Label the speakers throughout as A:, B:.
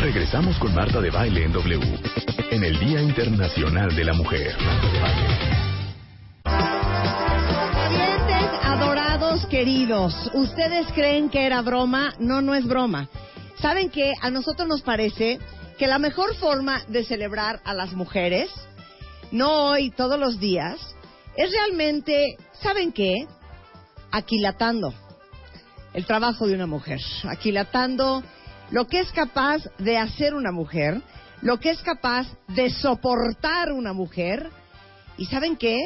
A: Regresamos con Marta de Baile en W, en el Día Internacional de la Mujer.
B: Clientes adorados, queridos, ¿ustedes creen que era broma? No, no es broma. ¿Saben que a nosotros nos parece que la mejor forma de celebrar a las mujeres, no hoy, todos los días, es realmente, ¿saben qué? Aquilatando el trabajo de una mujer, aquilatando lo que es capaz de hacer una mujer, lo que es capaz de soportar una mujer. Y saben qué?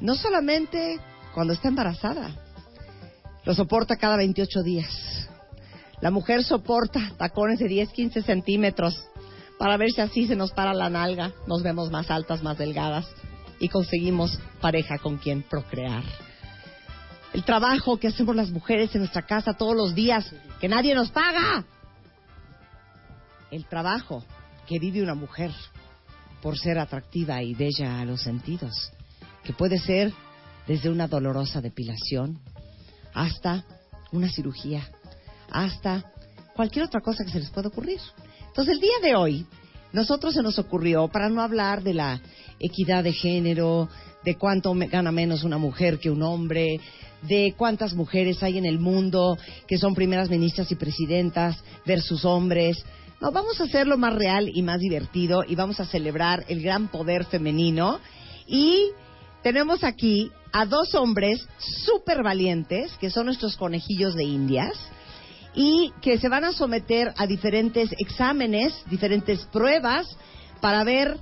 B: No solamente cuando está embarazada, lo soporta cada 28 días. La mujer soporta tacones de 10, 15 centímetros para ver si así se nos para la nalga, nos vemos más altas, más delgadas y conseguimos pareja con quien procrear. El trabajo que hacemos las mujeres en nuestra casa todos los días, que nadie nos paga el trabajo que vive una mujer por ser atractiva y bella a los sentidos, que puede ser desde una dolorosa depilación hasta una cirugía, hasta cualquier otra cosa que se les pueda ocurrir. Entonces, el día de hoy, nosotros se nos ocurrió, para no hablar de la equidad de género, de cuánto me- gana menos una mujer que un hombre, de cuántas mujeres hay en el mundo que son primeras ministras y presidentas versus hombres. No, vamos a hacerlo más real y más divertido y vamos a celebrar el gran poder femenino. Y tenemos aquí a dos hombres súper valientes, que son nuestros conejillos de indias y que se van a someter a diferentes exámenes, diferentes pruebas, para ver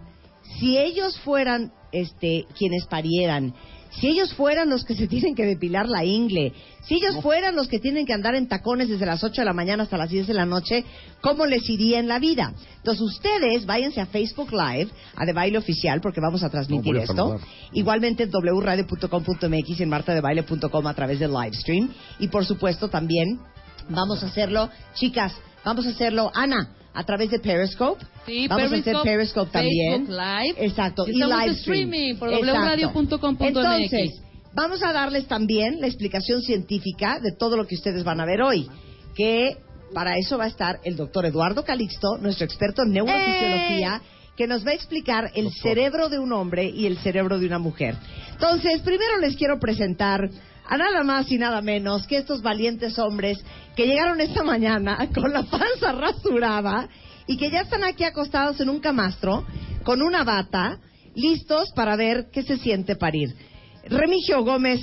B: si ellos fueran este, quienes parieran, si ellos fueran los que se tienen que depilar la ingle, si ellos fueran los que tienen que andar en tacones desde las 8 de la mañana hasta las 10 de la noche, ¿cómo les iría en la vida? Entonces ustedes váyanse a Facebook Live, a De Baile Oficial, porque vamos a transmitir
C: No voy a
B: esto.
C: saludar.
B: Igualmente en wradio.com.mx y en martadebaile.com a través del live stream. Y por supuesto también vamos a hacerlo, chicas, vamos a hacerlo, Ana, a través de Periscope.
D: Sí,
B: vamos a hacer Periscope también.
D: Facebook Live.
B: Exacto, y
D: Estamos
B: live
D: en streaming por
B: Exacto.
D: wradio.com.mx.
B: Entonces, vamos a darles también la explicación científica de todo lo que ustedes van a ver hoy, que para eso va a estar el doctor Eduardo Calixto, nuestro experto en neurofisiología, que nos va a explicar el cerebro de un hombre y el cerebro de una mujer. Entonces, primero les quiero presentar a nada más y nada menos que estos valientes hombres que llegaron esta mañana con la panza rasurada y que ya están aquí acostados en un camastro con una bata, listos para ver qué se siente parir. Remigio Gómez,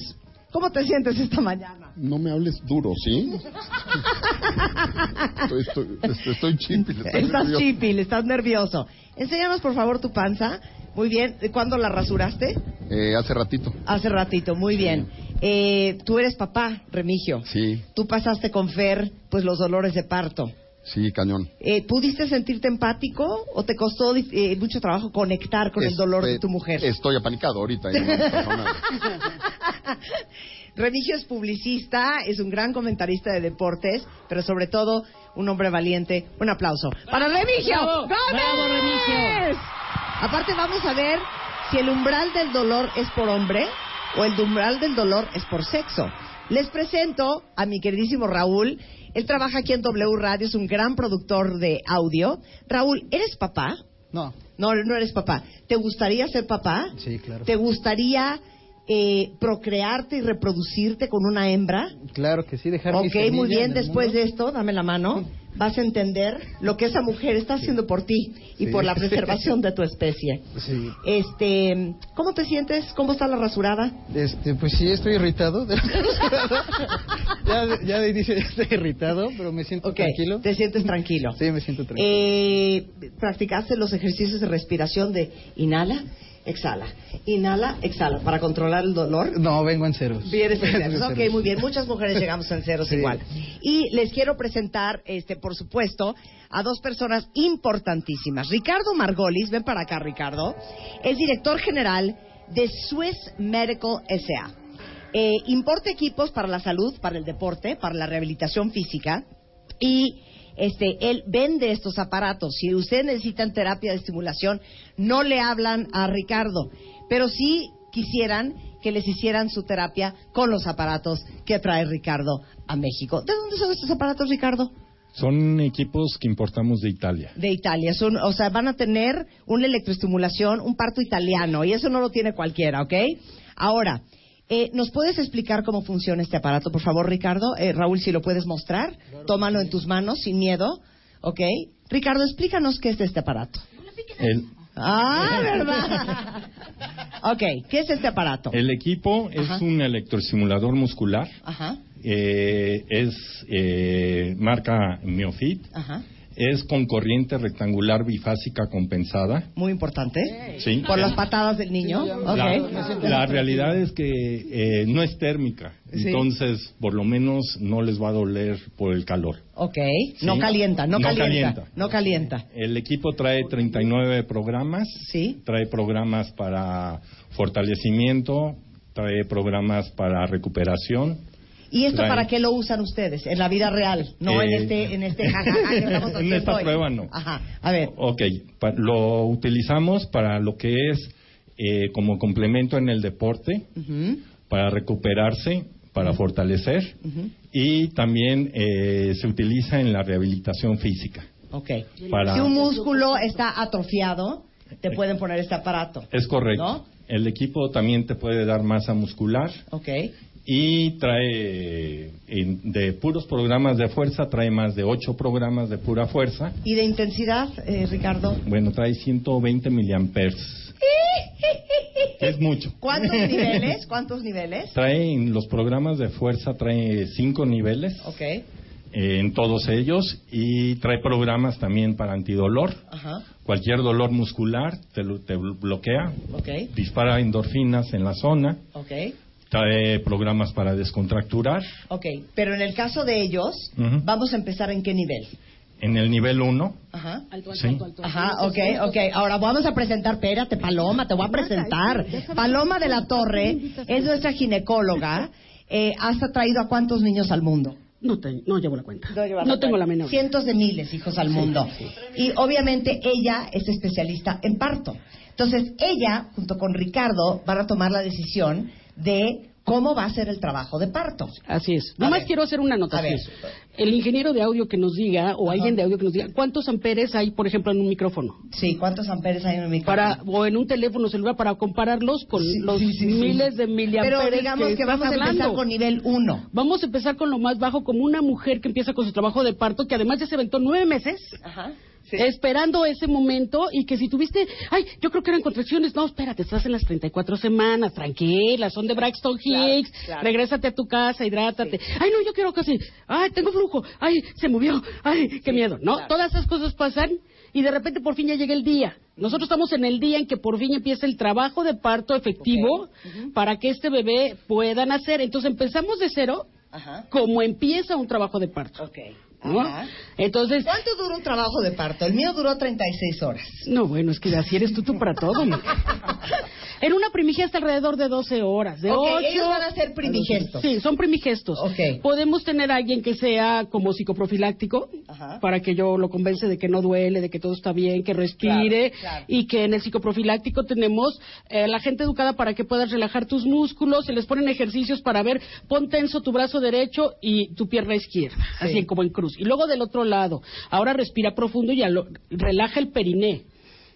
B: ¿cómo te sientes esta mañana?
C: No me hables duro, ¿sí? estoy, estoy, estoy, estoy chipil, estoy
B: Estás
C: nervioso.
B: chipil, estás nervioso. Enséñanos por favor tu panza. Muy bien, ¿cuándo la rasuraste?
C: Eh, hace ratito.
B: Hace ratito, muy bien. Eh, tú eres papá, Remigio.
C: Sí,
B: Tú pasaste con Fer, pues los dolores de parto.
C: sí, cañón.
B: Eh, ¿Pudiste sentirte empático o te costó dif- eh, mucho trabajo conectar con el dolor de
C: Este,
B: tu mujer?
C: Estoy apanicado ahorita. ¿eh? y no me pasó nada.
B: Remigio es publicista, es un gran comentarista de deportes, pero sobre todo un hombre valiente. Un aplauso para Remigio.
D: ¡Bravo!
B: ¡Gómez!
D: ¡Bravo, Remigio!
B: Aparte vamos a ver si el umbral del dolor es por hombre o el umbral del dolor es por sexo. Les presento a mi queridísimo Raúl. Él trabaja aquí en W Radio, es un gran productor de audio. Raúl, ¿eres papá?
E: No,
B: No, no eres papá. ¿Te gustaría ser papá?
E: Sí, claro.
B: ¿Te gustaría eh, procrearte y reproducirte con una hembra?
E: claro que sí, dejar mi
B: ok,
E: semilla
B: muy bien.
E: en el
B: Después
E: mundo.
B: de esto, dame la mano. vas a entender lo que esa mujer está haciendo por ti
C: Sí.
B: y por la preservación de tu especie.
F: Pues
E: Sí.
B: Este, ¿Cómo te sientes? ¿Cómo está la rasurada?
E: Este, pues sí, estoy irritado. de- ya, ya de inicio ya estoy irritado, pero me siento
B: Ok,
E: tranquilo.
B: ¿Te sientes tranquilo?
E: Sí, me siento tranquilo.
B: Eh, practicaste los ejercicios de respiración de inhala, exhala, inhala, exhala, para controlar el dolor.
E: No, vengo en ceros.
B: Vienes en
E: Vengo en
B: ceros. Ok,
E: ceros.
B: muy bien. Muchas mujeres llegamos en ceros
E: Sí.
B: igual. Y les quiero presentar, este, por supuesto, a dos personas importantísimas. Ricardo Margolis, ven para acá, Ricardo, es director general de Swiss Medical S.A. Eh, importa equipos para la salud, para el deporte, para la rehabilitación física y este él vende estos aparatos. Si ustedes necesitan terapia de estimulación, no le hablan a Ricardo, pero sí quisieran que les hicieran su terapia con los aparatos que trae Ricardo a México. ¿De dónde son estos aparatos, Ricardo?
G: Son equipos que importamos de Italia.
B: De Italia. Son, o sea, van a tener una electroestimulación, un parto italiano, y eso no lo tiene cualquiera, ¿ok? Ahora, eh, ¿nos puedes explicar cómo funciona este aparato, por favor, Ricardo? Eh, Raúl, si lo puedes mostrar, tómalo en tus manos, sin miedo, ¿ok? Ricardo, explícanos qué es este aparato.
G: El,
B: Ah, ¿verdad? ok, ¿qué es este aparato?
G: el equipo es
B: Ajá.
G: un electrosimulador muscular.
B: Ajá,
G: eh, es eh, marca Miofit.
B: ajá.
G: Es con corriente rectangular bifásica compensada.
B: Muy importante.
G: ¿sí?
B: Por las
G: Eh,
B: patadas del niño. Ok.
G: La, la realidad es que eh, no es térmica,
B: Sí.
G: entonces por lo menos no les va a doler por el calor.
B: Ok, no
G: Sí.
B: calienta, no
G: No
B: calienta,
G: calienta.
B: no calienta.
G: El equipo trae 39 programas,
B: Sí.
G: trae programas para fortalecimiento, trae programas para recuperación.
B: ¿Y esto
G: Trae-
B: para qué lo usan ustedes en la vida real? No en
G: Eh,
B: este, en este jajaja que estamos
G: en
B: haciendo
G: esta
B: hoy.
G: prueba no.
B: Ajá, a ver.
G: Ok, pa- lo utilizamos para lo que es eh, como complemento en el deporte,
B: Ujú,
G: para recuperarse, para fortalecer
B: ujú.
G: y también eh, se utiliza en la rehabilitación física.
B: Ok.
G: Para- Eh.
B: Si un músculo está atrofiado, te pueden poner este aparato.
G: Es correcto.
B: ¿No?
G: El equipo también te puede dar masa muscular
B: Ok.
G: y trae eh, en- de puros programas de fuerza, trae más de ocho programas de pura fuerza.
B: ¿Y de intensidad, eh, Ricardo?
G: Bueno, trae 120 miliamperes. Es mucho.
B: ¿Cuántos niveles? ¿Cuántos niveles?
G: Trae en los programas de fuerza, trae cinco niveles
B: Ok.
G: eh, en todos ellos y trae programas también para antidolor.
B: Ajá.
G: Cualquier dolor muscular te, lo- te bloquea,
B: Ok.
G: dispara endorfinas en la zona,
B: Ok.
G: trae programas para descontracturar
B: Ok. Pero en el caso de ellos,
G: Ujú.
B: vamos a empezar en qué nivel.
G: en el nivel 1.
B: Ajá.
H: Alto, alto,
G: Sí.
H: alto, alto.
B: Ajá, ok, ok. Ahora vamos a presentar, espérate, Paloma, te voy a presentar. Paloma de la Torre es nuestra ginecóloga. Eh, ¿Has traído a cuántos niños al mundo?
I: No, te- no llevo la cuenta. No, tengo la menor.
B: Cientos de miles hijos al mundo. Y obviamente ella es especialista en parto. Entonces, ella, junto con Ricardo, van a tomar la decisión de cómo va a ser el trabajo de parto.
I: Así es.
B: A
I: Nomás
B: ver.
I: quiero hacer una
B: A
I: anotación.
B: ver.
I: El ingeniero de audio que nos diga, o alguien de audio que nos diga, ¿cuántos amperes hay, por ejemplo, en un micrófono?
B: Sí, ¿cuántos amperes hay en el
I: Para,
B: micrófono?
I: o en un teléfono celular para compararlos con
B: Sí,
I: los
B: sí, sí, sí.
I: miles de miliamperes
B: Pero digamos que,
I: estás
B: vamos a empezar
I: hablando.
B: con nivel 1.
I: Vamos a empezar con lo más bajo, como una mujer que empieza con su trabajo de parto, que además ya se aventó nueve meses. Esperando ese momento y que si tuviste, ay, yo creo que eran contracciones. No, espérate, estás en las 34 semanas, tranquila, son de Braxton Hicks. Regrésate a tu casa, hidrátate. Ay, no, yo quiero casi. Ay, tengo flujo. Ay, se movió. Ay, qué miedo. No, todas esas cosas pasan y de repente por fin ya llega el día. Nosotros estamos en el día en que por fin empieza el trabajo de parto efectivo para que este bebé pueda nacer. Entonces empezamos de cero
B: Ajá.
I: como empieza un trabajo de parto.
B: Ok.
I: ¿no?
B: Ajá.
I: Entonces,
B: ¿Cuánto dura un trabajo de parto? El mío duró 36 horas.
I: no, bueno, es que así eres tú, tú para todo. ¿no? En una primigia hasta alrededor de 12 horas. De
B: Ok,
I: ocho-
B: ellos van a ser primigestos.
I: Sí, son primigestos.
B: Ok.
I: Podemos tener a alguien que sea como psicoprofiláctico
B: Ajá.
I: para que yo lo convence de que no duele, de que todo está bien, que respire
B: Claro, claro.
I: y que en el psicoprofiláctico tenemos eh, la gente educada para que puedas relajar tus músculos, se les ponen ejercicios para ver, pon tenso tu brazo derecho y tu pierna izquierda, así como en cruz. Y luego del otro lado, ahora respira profundo y alo- relaja el periné.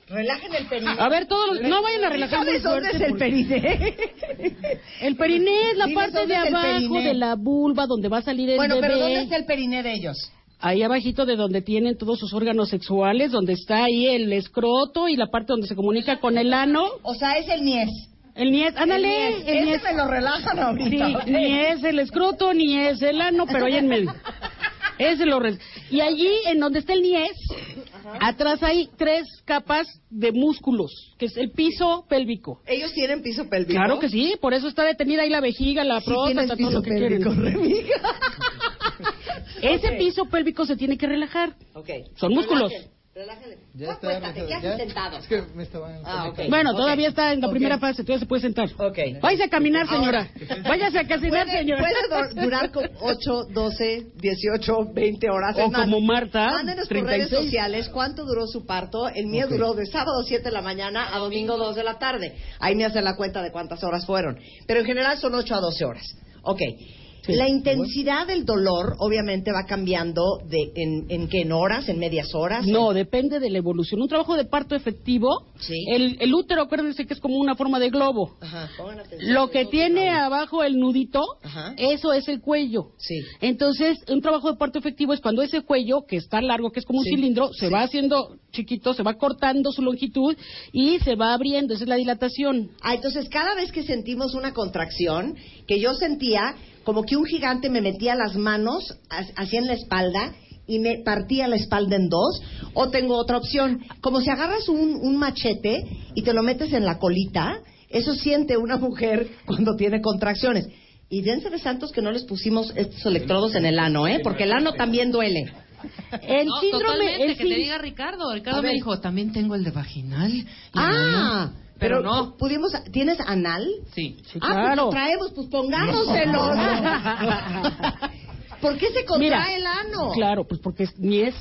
B: Relajen el periné.
I: A ver, todos los- no vayan a relajar muy
B: ¿Sabes dónde
I: fuerte
B: es el
I: porque-
B: periné?
I: El periné es la
B: Diles,
I: parte
B: ¿dónde
I: de
B: es el
I: abajo
B: periné?
I: de la vulva donde va a salir el
B: bueno,
I: bebé.
B: pero ¿dónde está el periné de ellos?
I: Ahí abajito de donde tienen todos sus órganos sexuales, donde está ahí el escroto y la parte donde se comunica con el ano.
B: O sea, es el niés.
I: El niés, ándale.
B: El niés. Ese me lo relajan ahorita,
I: Sí,
B: ok.
I: ni es el escroto, ni es el ano, pero ahí en medio. Es el órgano. Y allí, en donde está el niés, atrás hay tres capas de músculos, que es el piso pélvico.
B: Ellos tienen piso pélvico.
I: Claro que sí, por eso está detenida ahí la vejiga, la
B: Sí
I: próstata,
B: tienes
I: todo lo
B: piso
I: que
B: pélvico,
I: quieren.
B: Remy.
I: Ese piso pélvico se tiene que relajar. Son músculos.
E: Ya está,
B: Acuéstate, Pues ¿qué has
E: ya.
B: intentado?
E: Es que me estaban...
B: Ah, ok.
I: Bueno,
B: Ok.
I: todavía está en la
B: Ok.
I: primera fase, todavía se puede sentar.
B: Okay.
I: Váyase a caminar, señora.
B: Ahora.
I: Váyase a caminar,
B: Puede-
I: señora.
B: Puede do- durar como 8, 12, 18, 20 horas.
I: O
B: Es más,
I: como Marta,
B: Mándenos por
I: 36.
B: redes sociales cuánto duró su parto. El mío duró de sábado 7 de la mañana a domingo 2 de la tarde. Ahí me hacen la cuenta de cuántas horas fueron. Pero en general son 8 a 12 horas. Ok. La intensidad del dolor obviamente va cambiando de en, en qué en horas, en medias horas.
I: No, depende de la evolución. Un trabajo de parto efectivo, el, el útero, acuérdense que es como una forma de globo.
B: Ajá, pongan atención.
I: Lo que tiene abajo el nudito,
B: Ajá.
I: eso es el cuello.
B: Sí.
I: Entonces, un trabajo de parto efectivo es cuando ese cuello, que está largo, que es como
B: Sí,
I: un cilindro, se
B: sí.
I: va haciendo chiquito, se va cortando su longitud y se va abriendo. Esa es la dilatación.
B: Ah, entonces cada vez que sentimos una contracción, que yo sentía como que un gigante me metía las manos as- así en la espalda y me partía la espalda en dos, o tengo otra opción, como si agarras un, un machete y te lo metes en la colita, eso siente una mujer cuando tiene contracciones. Y dense de santos que no les pusimos estos electrodos en el ano, ¿eh? Porque el ano también duele.
I: El
J: No,
I: síndrome.
J: totalmente,
I: El
J: que te
I: sí-
J: diga Ricardo. Ricardo
B: A
J: me
B: ver.
J: dijo, también tengo el de vaginal. Y
B: Ah,
J: no, pero, no.
B: Pudimos, ¿Tienes anal?
J: Sí.
B: Ah, pues lo traemos, pues pongámoselo. ¿Por qué se contrae
I: Mira,
B: el ano?
I: Claro, pues porque es- ni es.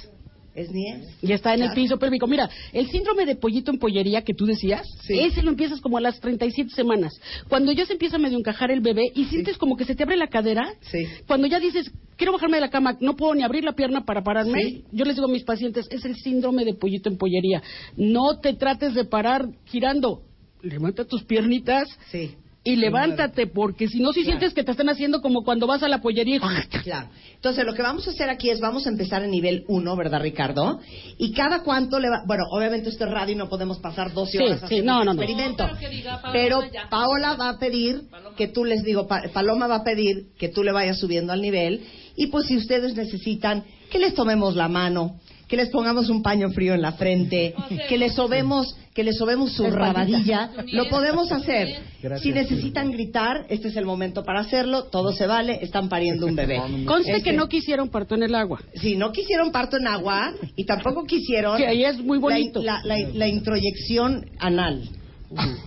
B: Es niés.
I: Ya está en el
B: Claro.
I: piso pélvico. Mira, el síndrome de pollito en pollería que tú decías,
B: Sí.
I: ese lo empiezas como a las 37 semanas. Cuando ya se empieza a medio encajar el bebé y sientes como que se te abre la cadera,
B: Sí.
I: cuando ya dices, quiero bajarme de la cama, no puedo ni abrir la pierna para pararme,
B: Sí.
I: yo les digo a mis pacientes, es el síndrome de pollito en pollería. No te trates de parar girando. Levanta tus piernitas
B: Sí.
I: y levántate, porque si no, si sientes que te están haciendo como cuando vas a la pollería y...
B: Claro. Entonces, lo que vamos a hacer aquí es vamos a empezar en nivel 1, ¿verdad, Ricardo? Y cada cuánto le va... Bueno, obviamente esto es radio y no podemos pasar 12
I: Sí,
B: horas
I: sí,
B: haciendo
I: no,
B: un
I: no, no.
B: experimento.
J: No, pero que diga Paloma
B: pero
J: ya.
B: Paola va a pedir que tú les digo, Pa- Paloma va a pedir que tú le vayas subiendo al nivel y pues si ustedes necesitan que les tomemos la mano, que les pongamos un paño frío en la frente, que les sobemos, que les sobemos su rabadilla, lo podemos hacer.
E: Gracias.
B: si necesitan gritar, este es el momento para hacerlo, todo se vale, están pariendo un bebé.
I: Conste
B: Este,
I: que no quisieron parto en el agua.
B: si no quisieron parto en agua y tampoco quisieron
I: Que ahí es muy
B: la-
I: bonito.
B: la, la- la introyección anal.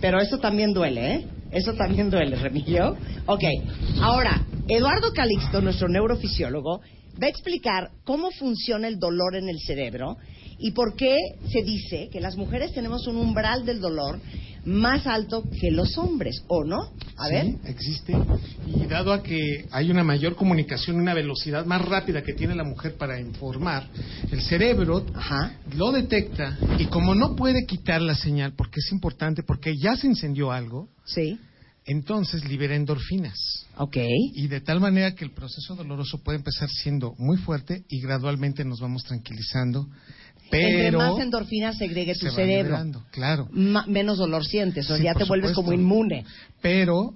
B: Pero eso también duele, ¿eh? Eso también duele, Remillo. Ok, ahora, Eduardo Calixto, nuestro neurofisiólogo, va a explicar cómo funciona el dolor en el cerebro y por qué se dice que las mujeres tenemos un umbral del dolor más alto que los hombres, ¿o no? A
F: Sí,
B: ver.
F: existe. Y dado a que hay una mayor comunicación, una velocidad más rápida que tiene la mujer para informar, el cerebro lo detecta y como no puede quitar la señal, porque es importante, porque ya se incendió algo,
B: sí.
F: entonces libera endorfinas.
B: Ok.
F: Y de tal manera que el proceso doloroso puede empezar siendo muy fuerte y gradualmente nos vamos tranquilizando.
B: Entre
F: Pero
B: más endorfinas segregue
F: se
B: tu
F: va
B: cerebro,
F: liberando, claro.
B: ma- menos dolor sientes, o
F: Sí,
B: ya
F: por
B: te vuelves
F: supuesto.
B: como inmune.
F: Pero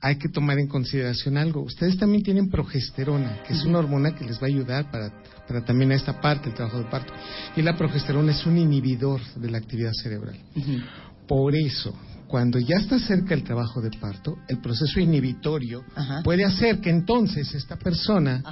F: hay que tomar en consideración algo. Ustedes también tienen progesterona, que es una hormona que les va a ayudar para, para también esta parte, el trabajo de parto. Y la progesterona es un inhibidor de la actividad cerebral. Por eso, cuando ya está cerca el trabajo de parto, el proceso inhibitorio puede hacer que entonces esta persona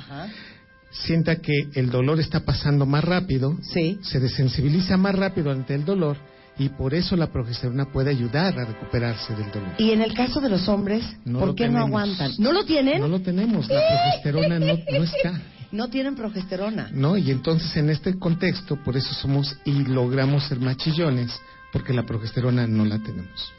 F: sienta que el dolor está pasando más rápido, se desensibiliza más rápido ante el dolor y por eso la progesterona puede ayudar a recuperarse del dolor.
B: Y en el caso de los hombres,
F: No
B: ¿por
F: lo
B: qué no
F: tenemos.
B: aguantan? ¿No lo tienen?
F: No lo tenemos, la progesterona no, no está.
B: No tienen progesterona.
F: ¿no? Y entonces en este contexto, por eso somos y logramos ser machillones, porque la progesterona no la tenemos.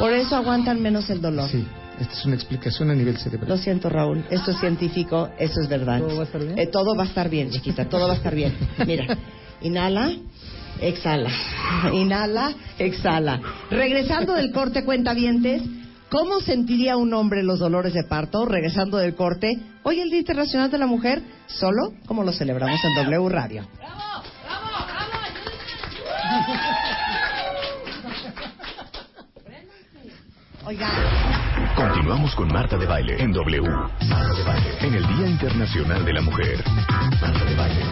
B: Por eso aguantan menos el dolor.
F: Sí, esta es una explicación a nivel cerebral.
B: Lo siento, Raúl. Esto es científico, esto es verdad. ¿Todo va a estar bien? todo va a estar bien, chiquita. Todo va a estar bien. Mira, inhala, exhala. Inhala, exhala. Regresando del corte, cuentavientes, ¿Cómo sentiría un hombre los dolores de parto regresando del corte? Hoy el Día Internacional de la Mujer, solo como lo celebramos en W Radio.
A: Continuamos con Marta de Baile en W. Marta de Baile. En el Día Internacional de la Mujer. Marta de Baile.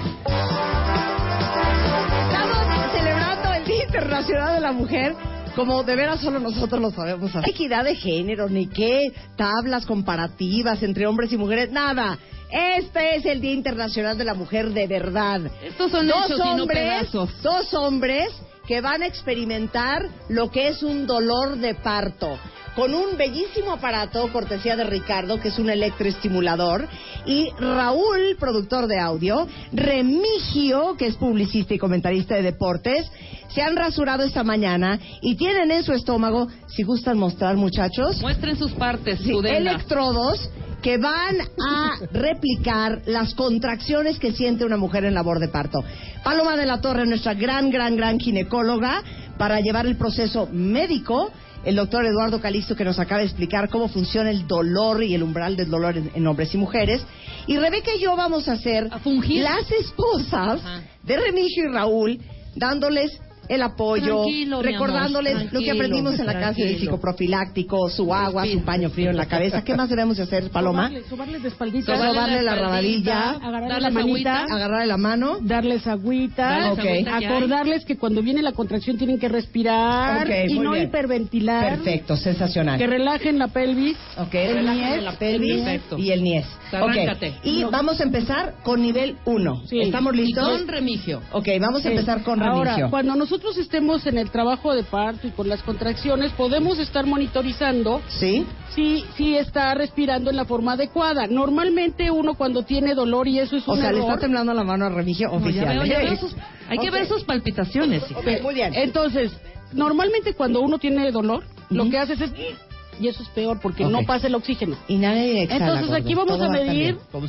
B: Estamos celebrando el Día Internacional de la Mujer. Como de veras solo nosotros lo sabemos hacer. Equidad de género, ni qué tablas comparativas entre hombres y mujeres, nada. Este es el Día Internacional de la Mujer de verdad.
J: Estos son
B: dos
J: hechos y no
B: hombres,
J: pedazos.
B: dos hombres que van a experimentar lo que es un dolor de parto con un bellísimo aparato cortesía de Ricardo, que es un electroestimulador, y Raúl, productor de audio, Remigio, que es publicista y comentarista de deportes, se han rasurado esta mañana y tienen en su estómago, si gustan mostrar muchachos,
J: Muestren sus partes,
B: Sí,
J: Tudela.
B: electrodos que van a replicar las contracciones que siente una mujer en labor de parto. Paloma de la Torre, nuestra gran, gran, gran ginecóloga, para llevar el proceso médico. El doctor Eduardo Calixto, que nos acaba de explicar cómo funciona el dolor y el umbral del dolor en, en hombres y mujeres. Y Rebeca y yo vamos a hacer las esposas de Remigio y Raúl, dándoles el apoyo,
J: Tranquilo, mi amor,
B: recordándoles lo que
J: tranquilo,
B: aprendimos en la clase de
J: tranquilo.
B: psicoprofiláctico, su agua, su paño frío en la cabeza. ¿Qué más debemos de hacer, Paloma?
I: Sobarles, sobarles de espaldita.
B: Sobarle Sobarle la la espaldita, rabadilla,
I: Agarrar la
B: darles
I: manita.
B: agüita, agarrar la mano.
I: Darles agüita.
B: Darles Ok. agüita que hay.
I: Acordarles que cuando viene la contracción tienen que respirar.
B: Ok,
I: y
B: muy
I: no
B: bien.
I: hiperventilar.
B: Perfecto,
I: Que
B: sensacional.
I: relajen la pelvis.
B: Ok, el
I: relajen
B: niés,
I: la
B: el
I: pelvis.
B: niés y el niés.
J: Arráncate.
B: Ok, Y vamos a empezar con nivel 1. ¿Estamos listos?
J: Y con Remigio.
B: Ok, vamos
I: Sí.
B: a empezar con
I: Ahora,
B: Remigio.
I: cuando nosotros estemos en el trabajo de parto y con las contracciones, podemos estar monitorizando
B: ¿Sí?
I: si, si está respirando en la forma adecuada. Normalmente uno cuando tiene dolor y eso es
B: O
I: un
B: sea, le
I: error,
B: está temblando la mano a Remigio
I: ya
B: oficial.
I: veo, ya veo sus-
J: Hay que
I: Ok.
J: ver sus palpitaciones.
B: Ok, muy bien.
I: eh, Entonces, normalmente cuando uno tiene dolor, lo que haces es... Y eso es peor porque
B: Ok.
I: no pasa el oxígeno.
B: Y nadie exhala,
I: Entonces
B: gordo.
I: aquí vamos
B: Todo
I: a
B: va a estar
I: medir...
B: bien. Todo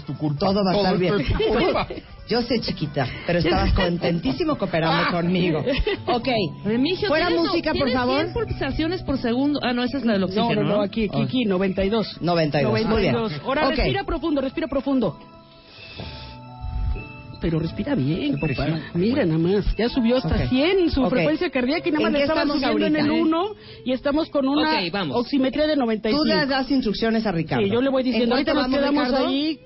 B: va a
I: Todo
B: estar bien.
I: es tu culpa.
B: Yo sé, chiquita, pero estabas contentísimo
I: Ah.
B: cooperando conmigo. Ok.
J: Remigio,
B: Fuera
J: ¿tienes-
B: música, por
J: tienes
B: favor.
J: 100 pulsaciones por segundo. Ah, no, Ah. esa es la del oxígeno.
I: no, no, aquí, aquí, aquí, 92.
B: 92, muy bien.
I: Ahora
B: Ok.
I: respira profundo, respira profundo. Pero respira bien, papá. Mira nada más, ya subió hasta
J: Ok.
I: 100 su
J: Ok.
I: frecuencia cardíaca y nada
B: ¿En
I: más le
B: qué
I: estaba
B: estamos
I: subiendo en el
B: ahorita? eh?
I: 1 y estamos con una
B: Ok, vamos.
I: oximetría de 95.
B: Tú le das instrucciones a Ricardo.
I: Sí, yo le voy diciendo,
B: ¿En
I: ahorita
B: cuánto
I: nos
B: vamos,
I: quedamos
B: Ricardo?
I: ahí.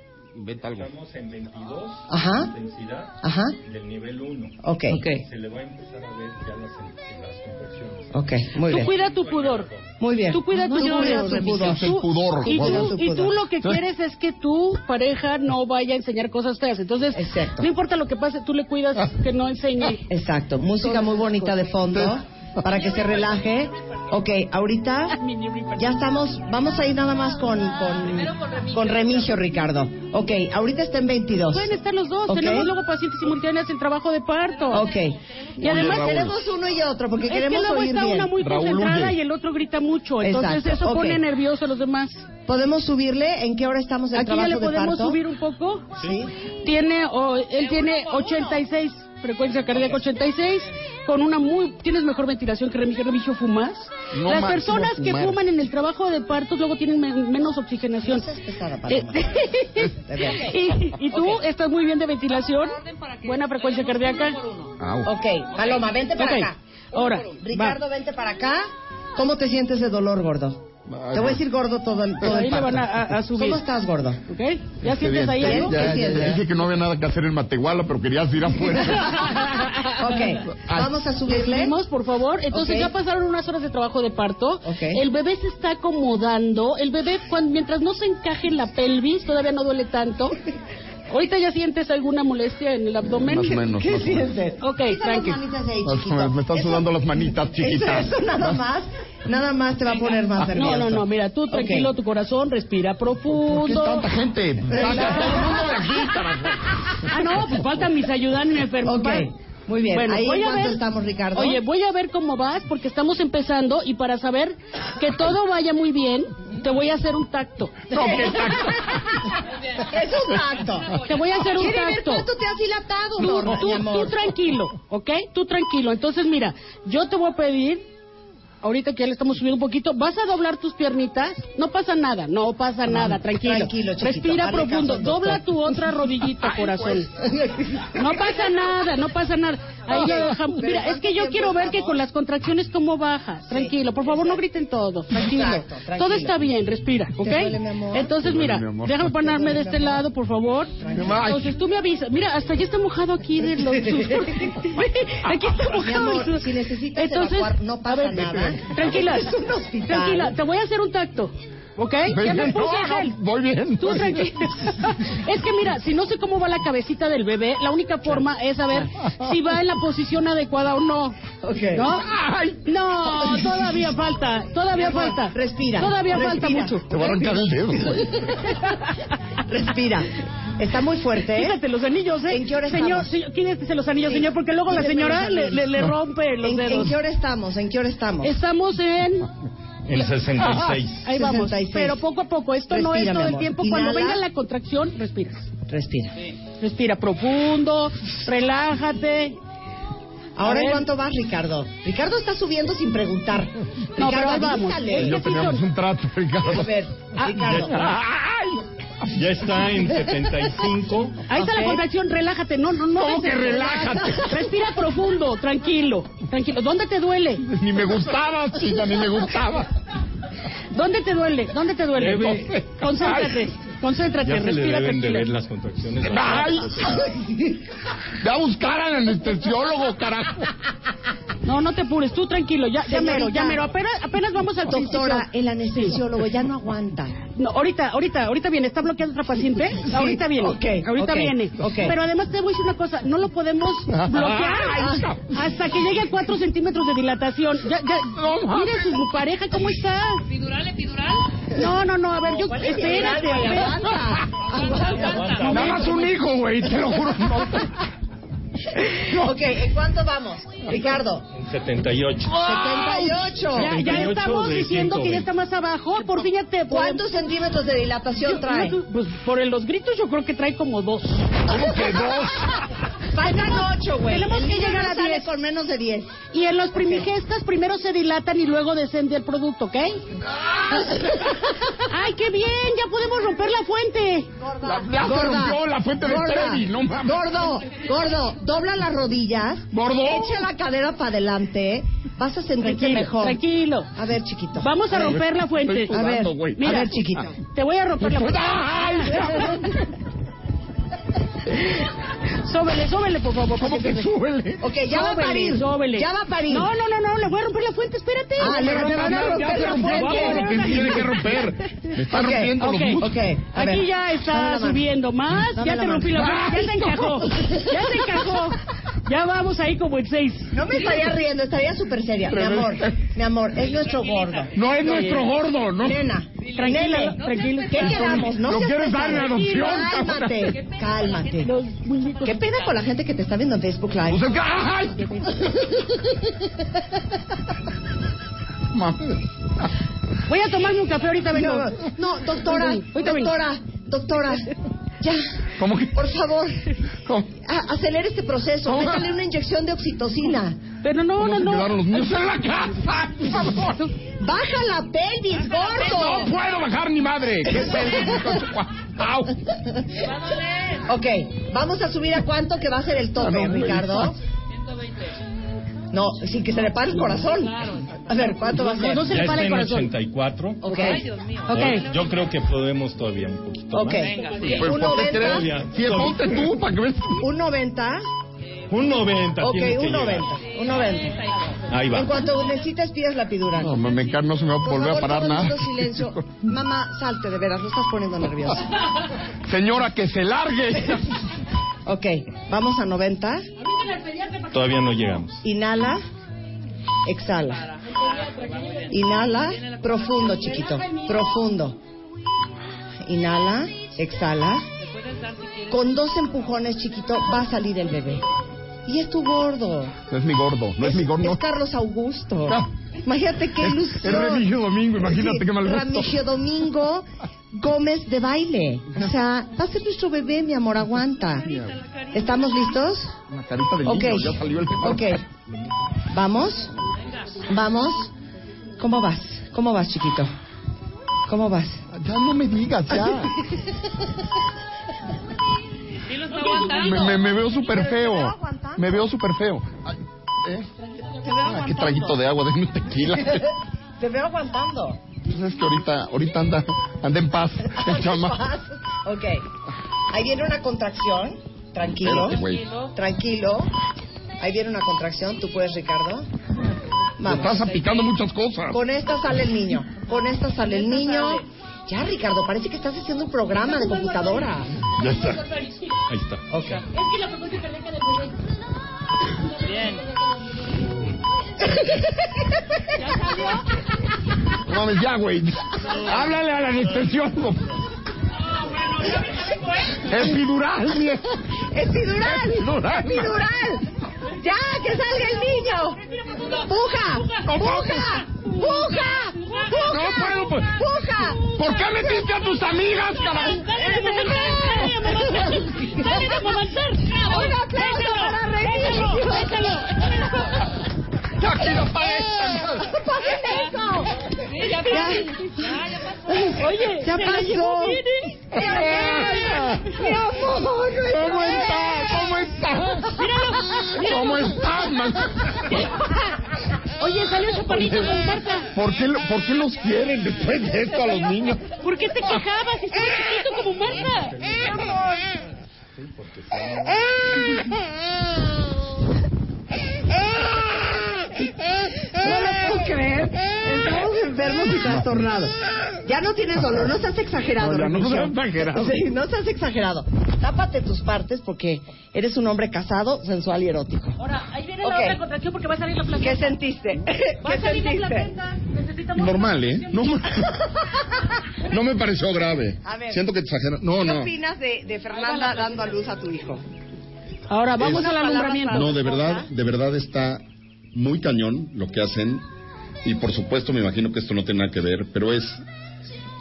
G: Estamos en 22
B: Ajá.
G: intensidad
B: Ajá.
G: del nivel 1.
B: Ok. Ok.
G: Se le va a empezar a ver ya las, las conversiones.
B: Ok, muy
I: Tú
B: bien.
I: cuida tu pudor.
B: Muy bien.
I: Tú cuida
B: No,
I: tu
B: yo
I: pudor.
B: cuido tu pudor.
I: Tú-
B: Es el pudor,
I: Y
B: cuida
I: tú,
B: tu
I: y tú
B: pudor.
I: lo que
B: Entonces-
I: quieres es que tu pareja no vaya a enseñar cosas feas. Entonces, no importa lo que pase, tú le
B: Ah.
I: cuidas que no enseñe.
B: Exacto. Música muy bonita de fondo para que se relaje. Ok, ahorita ya estamos. Vamos a ir nada más con, con, con Remigio, Ricardo. Ok, ahorita está en 22.
I: Pueden estar los dos.
B: Ok.
I: Tenemos luego pacientes simultáneas en trabajo de parto.
B: Ok.
I: Y además
B: queremos uno y otro porque
I: es
B: queremos
I: que luego
B: oír
I: está
B: bien.
I: una muy concentrada y el otro grita mucho. Entonces,
B: Exacto,
I: eso
B: ok.
I: pone nervioso a los demás.
B: ¿Podemos subirle? ¿En qué hora estamos en
I: Aquí ya
B: trabajo
I: le
B: de
I: podemos
B: parto?
I: subir un poco.
B: Sí.
I: Tiene, o- él tiene 86, frecuencia cardíaca 86, con una muy, tienes mejor ventilación que Remigio, Remigio fumas.
B: No
I: Las
B: máximo
I: personas que
B: fumar.
I: fuman en el trabajo de partos luego tienen men- menos oxigenación.
B: pesada, Paloma.
I: Eh, y, y tú estás muy bien de ventilación, buena frecuencia cardíaca.
C: Oh,
B: Ok, Paloma, vente para
I: Ok.
B: acá.
I: Ahora,
B: Ricardo, vente para acá. ¿Cómo te sientes de dolor, gordo? Te voy a decir gordo todo el, todo
I: Ahí
B: el
I: le
B: parto.
I: van a- a- a subir.
B: ¿Cómo estás, gordo?
I: ¿ok? ¿Ya
C: Qué
I: sientes
C: bien.
I: ahí
C: Ya,
I: algo?
C: ya,
I: ¿Qué
C: ya,
I: sientes?
C: ya. Dije que no había nada que hacer en Matehuala, pero querías ir afuera.
B: Ok,
I: Ah.
B: vamos a subirle.
I: Le subimos, por favor. Entonces
B: Ok.
I: ya pasaron unas horas de trabajo de parto. El bebé se está acomodando. El bebé, cuan- mientras no se encaje en la pelvis, todavía no duele tanto. Ahorita ya sientes alguna molestia en el abdomen.
C: Más o menos, ¿Qué más o menos.
B: sientes?
I: Ok,
B: Quita las
I: tranqui.
B: manitas de ahí,
C: me, me están sudando las manitas, chiquita.
B: Eso, eso nada más, nada más te va a poner más nervioso.
I: Ah, No, no, no, mira, tú tranquilo, tu corazón respira profundo.
C: ¿Qué tanta gente? Saca todo el mundo de aquí,
I: Ah, no, pues faltan mis ayudantes enfermos.
B: Ok,
I: va.
B: muy bien.
I: Bueno,
B: Ahí
I: voy
B: en
I: a
B: cuánto
I: ver-
B: estamos, Ricardo.
I: Oye, voy a ver cómo vas porque estamos empezando y para saber que todo vaya muy bien, te voy a hacer un tacto.
B: es un tacto.
I: Te voy a hacer un
B: Quiere ver
I: tacto.
B: cuánto te has dilatado,
I: Tú,
B: gorda,
I: tú-
B: mi
I: tú
B: amor.
I: tranquilo, ¿ok? Tú tranquilo. Entonces, mira, yo te voy a pedir ahorita que ya le estamos subiendo un poquito, vas a doblar tus piernitas, no pasa nada, no pasa nada, tranquilo.
B: tranquilo, chiquito,
I: Respira
B: hazle
I: profundo,
B: caso al doctor.
I: dobla tu otra rodillita, corazón. No pasa nada, no pasa nada. Ahí
B: Oye,
I: lo dejamos.
B: pero
I: Mira, es
B: ¿cuánto
I: que yo
B: tiempo
I: quiero ver que
B: estamos?
I: con las contracciones cómo bajas. Tranquilo, por favor, no griten todos. Tranquilo.
B: Exacto, tranquilo.
I: Todo está bien, respira, ¿ok?
B: duele, mi amor?
I: Entonces,
B: ¿Te duele,
I: mira,
B: mi amor?
I: déjame
B: ¿Te
I: ponerme
B: duele,
I: de
B: mi
I: este
B: amor?
I: lado, por favor. Entonces, tú me avisas. Mira, hasta ya está mojado aquí de los sudor. aquí está mojado
B: Mi amor,
I: el sudor.
B: si necesitas
I: Entonces,
B: evacuar, no pasa
I: a ver,
B: nada.
I: Tranquila.
B: Es un hospital.
I: Tranquila, te voy a hacer un tacto. ¿Ok?
C: Voy
I: ya me
C: bien,
I: puse
C: no, no,
I: gel.
C: voy bien.
I: Tú tranquila. es que mira, si no sé cómo va la cabecita del bebé, la única forma es saber si va en la posición adecuada o no. ¿No? No, todavía falta. Todavía
B: Mi amor,
I: falta.
B: respira,
I: Todavía
B: respira.
I: falta mucho.
C: Te voy a arrancar el dedo.
B: Respira. Está muy fuerte, ¿eh?
I: Fíjate, los anillos, ¿eh?
B: ¿En qué hora
I: señor,
B: estamos?
I: señor, quídese los anillos,
B: Sí.
I: señor, porque luego la
B: Quítate
I: señora
B: los
I: le,
B: anillos.
I: le- le
B: No.
I: rompe los
B: ¿En,
I: dedos.
B: ¿En qué hora estamos? ¿En qué hora estamos?
I: Estamos en...
G: El 66.
I: Ah, ahí vamos.
B: 66.
I: Pero poco a poco, esto no
B: Respira,
I: es todo
B: mi
I: el
B: amor.
I: tiempo. Cuando
B: Inhala.
I: venga la contracción, respiras.
B: Respira.
I: Respira profundo, relájate.
B: Ahora,
I: A
B: ¿en
I: ver.
B: cuánto vas, Ricardo? Ricardo está subiendo sin preguntar.
I: No, pero
B: Ricardo,
I: ahí vamos. Es Ah,
B: avísale.
C: Ya
I: que sí
C: teníamos
I: son-
C: un trato,
B: A
C: Ricardo.
B: ver, Ricardo.
G: Ya está en 75.
I: Ahí está
B: Ok.
I: la contracción, relájate. No, no, no.
C: ¿Cómo
I: dejes-
C: que relájate?
I: Respira profundo, tranquilo. Tranquilo. ¿Dónde te duele?
C: Ni me gustaba, chica, ni me gustaba.
I: ¿Dónde te duele? ¿Dónde te duele?
G: Debe-
I: Concéntrate. Concéntrate,
G: Ya se le
I: respira
G: deben de ver
I: tranquilo.
G: las contracciones.
C: ¡Ay! Ve a buscar al anestesiólogo, carajo.
I: No, no te apures, tú tranquilo, ya, ya
B: Señorita.
I: mero, ya mero. Apenas, apenas vamos al
B: Doctora,
I: principio.
B: el anestesiólogo ya no aguanta.
I: No, ahorita, ahorita, ahorita viene. ¿Está bloqueada otra paciente? ahorita viene.
B: ok,
I: ahorita
B: ok,
I: viene.
B: ok.
I: Pero además te voy a decir una cosa. No lo podemos
C: Ay,
I: bloquear hasta que llegue a 4 centímetros de dilatación. Ya, ya. Mira su pareja, ¿cómo está?
J: ¿Epidural, epidural?
I: No, no, no. A ver,
B: Pues
I: yo... Espérate. a ver.
C: Nada más un hijo, güey, te lo juro. No.
B: Ok, ¿en cuánto vamos? Ricardo,
G: En 78.
B: 78.
I: Ya, ya
G: 38
I: estamos
G: de
I: diciendo que ya
G: 120.
I: está más abajo. Por fin ya te...
B: ¿Cuántos centímetros de dilatación
I: Yo-
B: trae?
I: yo- Pues por los gritos yo creo que trae como dos.
C: ¿Cómo que dos?
B: Faltan 8, güey.
I: tenemos
B: El
I: que
B: niño
I: llegar
B: no
I: a
B: sale
I: 10.
B: con menos de 10.
I: Y en los primigestas primero se dilatan y luego descende el producto, ¿ok? ¡Ay, qué bien! Ya podemos romper la fuente.
C: La, ya se rompió la fuente de Trevi, no mames.
B: Gordo, gordo, dobla las rodillas.
C: Gordo.
B: Echa la cadera para adelante. Vas a sentirte
I: Tranquilo,
B: mejor.
I: tranquilo.
B: A ver, chiquito.
I: Vamos a romper la fuente.
C: Estoy
I: A ver,
C: sudando, güey.
I: mira, Ah.
B: A ver, chiquito.
I: Te voy a romper la fuente.
C: ¡Ay!
I: Sóbele, sóbele, por favor.
C: ¿Cómo que súbele?
B: Ok, ya va a
I: Sóbele,
B: parir.
I: sóbele.
B: Ya va a parir.
I: No, no, no, no, le voy a romper la fuente, espérate.
B: Ah, le
C: Pero
B: te van
C: ya-
B: a
C: ya
B: romper
C: se
B: la
C: rompió
B: fuente.
C: Lo que se tiene que romper. Me está
B: Ok,
C: rompiendo
I: ok,
C: los músculos.
B: Ok, a ver.
I: Aquí ya
B: Dame la
I: está
B: mano.
I: subiendo más.
B: Dame
I: ya
B: la
I: te
B: mano.
I: rompí la mano. Ya
B: Ay,
I: se encajó. Ya se encajó. Ya vamos ahí como en seis.
B: No me estaría riendo, estaría súper seria. Mi amor, mi amor, es nuestro gordo.
C: No es nuestro gordo, ¿no?
B: Nena,
I: Tranquila,
B: nene,
I: tranquila.
B: ¿qué quedamos? No
C: Lo
B: seas
C: quieres dar en
B: pesado.
C: adopción,
B: Cálmate, cálmate.
I: Los muñecos.
B: Qué pena con la gente que te está viendo en Facebook
C: O
B: Live.
C: sea, que- ¡Ay! Mames.
I: Voy a tomarme un café ahorita, vengo.
B: No, no, doctora,
I: Ahorita vengo.
B: doctora, doctora, ya,
C: ¿Cómo que?
B: por favor,
C: ¿Cómo?
B: a- acelere este proceso,
C: ¿Cómo?
B: métale una inyección de oxitocina.
I: Pero no,
C: ¿Cómo
I: no,
C: se quedaron
I: no.
C: los míos en la casa? ¡Por favor!
B: ¡Baja la pelvis, pues.
C: No
B: gordo!
C: puedo bajar mi madre. ¿Qué pedo? Au.
B: Ok, vamos a subir a cuánto que va a ser el tope,
C: Ah, no,
B: Ricardo. 120. No, sin que se le pare el corazón. A ver, ¿cuánto va a ser?
I: No se
G: Ya
I: le
G: está
I: para el
G: en
I: corazón.
G: 84.
B: Ok,
J: Ay, Dios mío.
G: Yo- Yo creo que podemos todavía un poquito
B: ok.
J: Venga, sí.
C: Pues
B: Un
C: ponte
B: 90,
C: tres. Sí, ponte tú para que veas.
B: un 90,
G: más. Un 90
B: ok,
G: tienes que
B: un 90,
G: llegar.
B: un 90.
G: Ahí va.
B: En cuanto necesites, pidas la epidural.
C: No, me me no se me va a
B: Por
C: volver a
B: favor,
C: parar
B: todo el
C: nada.
B: mundo silencio. Mamá, salte, de veras, lo estás poniendo nerviosa.
C: Señora, que se largue.
B: Ok, vamos a 90.
G: Todavía no llegamos.
B: Inhala, exhala. Inhala, profundo, chiquito, profundo. Inhala, exhala. Con dos empujones, chiquito, va a salir el bebé. Y es tu gordo.
C: No es mi gordo, no es mi gordo.
B: Es Carlos Augusto.
C: Ah.
B: Imagínate qué
C: Es-
B: ilusión.
C: es Remigio Domingo, imagínate qué mal gusto.
B: Remigio Domingo Gómez de baile. O sea, va a ser nuestro bebé, mi amor, aguanta. ¿Estamos listos?
C: La carita del
B: Ok.
C: niño, ya salió el
B: Ok. Vamos. Vamos. ¿Cómo vas? ¿Cómo vas, chiquito? ¿Cómo vas?
C: Ya no me digas, ya.
J: Sí lo está
C: Me,
J: aguantando.
C: me- me veo súper feo. Me veo súper feo. Ay, ¿eh? Ah, qué traguito de agua, déjame un tequila.
B: Te veo aguantando.
C: Pues es que ahorita, ahorita anda, anda en paz. El chama.
B: Vas. Ok. Ahí viene una contracción. Tranquilo.
C: Espérate, güey.
B: Tranquilo. Ahí viene una contracción. ¿Tú puedes, Ricardo?
C: Me estás aplicando muchas cosas.
B: Con esta sale el niño. Con esta sale el niño. Ya, Ricardo, parece que estás haciendo un programa de computadora.
C: Ya está.
G: Ahí está.
H: Es que la propuesta cardíaca del bebé.
J: Bien.
H: ¿Ya salió?
C: No mames, ya, güey. Háblale a la anestesiólogo. Epidural, mire.
B: ¡Epidural!
C: Epidural.
B: ¡Epidural! ¡Ya, que salga el niño! ¡Puja! ¡Puja! ¡Puja!
C: No
B: ¡Puja!
C: puedo, pues.
B: ¡Puja!
C: ¿Por qué metiste a tus amigas, carajo?
H: ¡Un aplauso para
C: Ya quiero para esta.
H: Ya pasó. Oye,
B: Ya
H: se la llevó
B: pasó.
H: bien, ¿eh?
B: Mi amor, no es
C: ¿Cómo
B: cruel.
C: está? ¿Cómo está?
H: míralo.
C: ¿Cómo está, man?
H: Oye, salió chaparrito con tarta.
C: ¿Por qué, lo- ¿Por qué los quieren después de esto a los niños?
H: ¿Por qué te quejabas? Estaba chiquito como Marta.
B: No lo puedo creer. Estamos enfermos y trastornados. Ya no tienes dolor, no seas exagerado.
C: No, ya no
B: Remigio.
C: seas exagerado.
B: Sí, no seas exagerado. Tápate tus partes porque eres un hombre casado, sensual y erótico.
H: Ahora, ahí viene
B: Ok.
H: la otra contracción porque va a salir la placenta.
B: ¿Qué sentiste?
H: Va
B: ¿Qué
H: a salir la
B: sentiste?
H: placenta. Necesitamos...
C: Normal, ¿eh? No, me- no me pareció grave.
B: A ver.
C: Siento que exageran. No,
B: ¿Qué
C: no.
B: opinas de, de Fernanda dando a luz a tu hijo?
I: Ahora vamos
C: Es-
I: al alumbramiento.
H: pues,
C: No, de verdad, de verdad está muy cañón lo que hacen. Y por supuesto, me imagino que esto no tiene nada que ver, pero es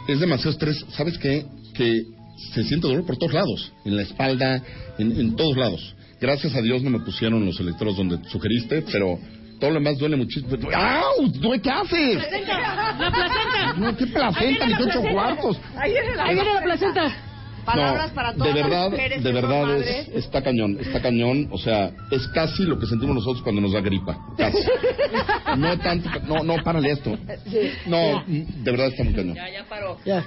C: es demasiado estrés. ¿Sabes qué? Que se siente dolor por todos lados, en la espalda, en, en todos lados. Gracias a Dios no me pusieron los electrodos donde sugeriste, pero todo lo demás duele muchísimo. ¡Au! ¿Due- ¿Qué haces?
H: La placenta.
C: No, qué
H: Ahí
C: placenta,
H: viene
C: ni
H: la
C: qué ocho
H: placenta.
C: cuartos.
B: Ahí viene
I: Ahí viene la placenta.
B: Palabras
C: No,
B: para todas
C: de verdad,
B: las mujeres
C: de
B: que son
C: verdad
B: madres.
C: es, está cañón, está cañón, o sea, es casi lo que sentimos nosotros cuando nos da gripa, casi. No tanto, no, no, párale esto. No, mm, de verdad está muy cañón.
J: Ya, ya paró.
I: Ya.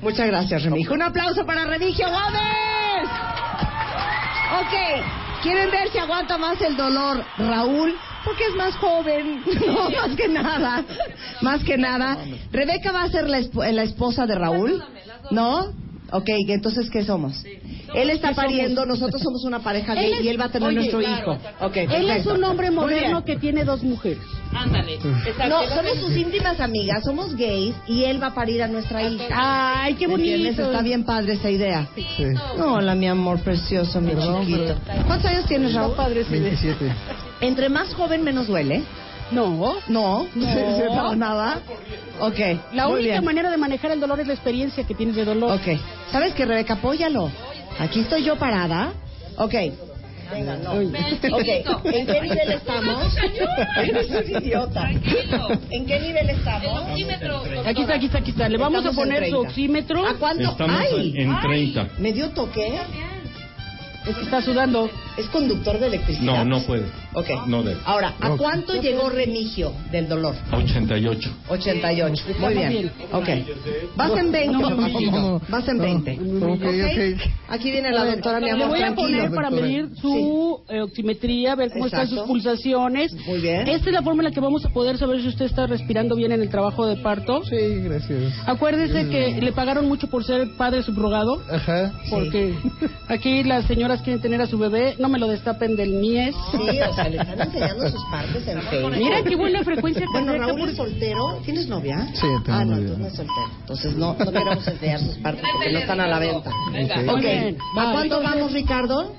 B: Muchas gracias, Remigio. Un aplauso para Remigio Gómez. Ok, quieren ver si aguanta más el dolor Raúl, porque es más joven, no, más que nada, más que nada. Rebeca va a ser la, esp- la esposa de Raúl, ¿no? Ok, entonces, ¿qué somos? Él está pariendo, nosotros somos una pareja
I: Él
B: gay
I: es-
B: y él va a tener
I: oye,
B: nuestro
I: claro,
B: hijo. Ok,
I: Él es
B: perfecto.
I: un hombre
B: Muy
I: moderno
B: bien.
I: que tiene dos mujeres.
J: Ándale. Exacto.
B: No, somos sus íntimas amigas, somos gays y él va a parir a nuestra hija.
I: Ay, qué
B: ¿Entiendes?
I: bonito.
B: Está bien padre esa idea.
E: Sí.
B: Hola, mi amor precioso, mi chiquito. ¿Cuántos años tienes, Raúl?
E: padre 27.
B: Entre más joven, menos duele.
I: No.
B: No,
I: No.
B: para nada. Ok,
I: La
B: muy
I: única
B: bien.
I: manera de manejar el dolor es la experiencia que tienes de dolor.
B: Ok, ¿sabes qué, Rebeca? Apóyalo. Aquí estoy yo parada. Ok. Venga, no. Ok, ¿en qué nivel estamos? Eres un idiota.
J: Tranquilo.
B: ¿En qué nivel estamos?
J: Oxímetro, doctora.
I: Aquí está, aquí está, aquí está. Le vamos
B: Estamos
I: a poner
B: en
I: su
B: 30.
I: oxímetro.
B: ¿A cuánto?
G: Estamos
B: ¡Ay!
G: en 30.
B: ¿Me dio toque?
I: Es que está sudando.
B: ¿Es conductor de electricidad?
G: No, no puede.
B: Ok.
G: No debe.
B: Ahora, ¿a cuánto llegó Remigio del dolor?
G: 88.
B: 88.
I: Eh,
B: Muy bien. Ok. Vas en 20.
E: No, no, no.
B: Vas en 20.
E: No, ok, ok.
B: Aquí viene la doctora, mi
I: Le
B: amor.
I: voy a
B: tranquilo.
I: poner para
E: doctora.
I: medir su eh, oximetría, ver cómo están
B: Exacto.
I: sus pulsaciones.
B: Muy bien.
I: Esta es la forma en la que vamos a poder saber si usted está respirando bien en el trabajo de parto.
E: Sí, gracias.
I: Acuérdese
K: Mm.
I: que le pagaron mucho por ser padre subrogado,
E: Ajá.
I: porque aquí las señoras quieren tener a su bebé, no me lo destapen del mies.
B: Sí, o sea, le están enseñando sus partes en Facebook.
I: Mira qué buena frecuencia
B: Bueno,
I: cardíaca,
B: Raúl
I: por-
B: es soltero. ¿Tienes novia?
E: Sí, tengo
B: Ah, no,
E: novia.
B: entonces no es soltero. Entonces no, no queremos enseñar sus partes porque no están a la venta.
J: Venga.
E: Ok.
B: Ok.
I: bien.
B: ¿A
I: Va,
B: cuánto
I: entonces-
B: vamos, Ricardo?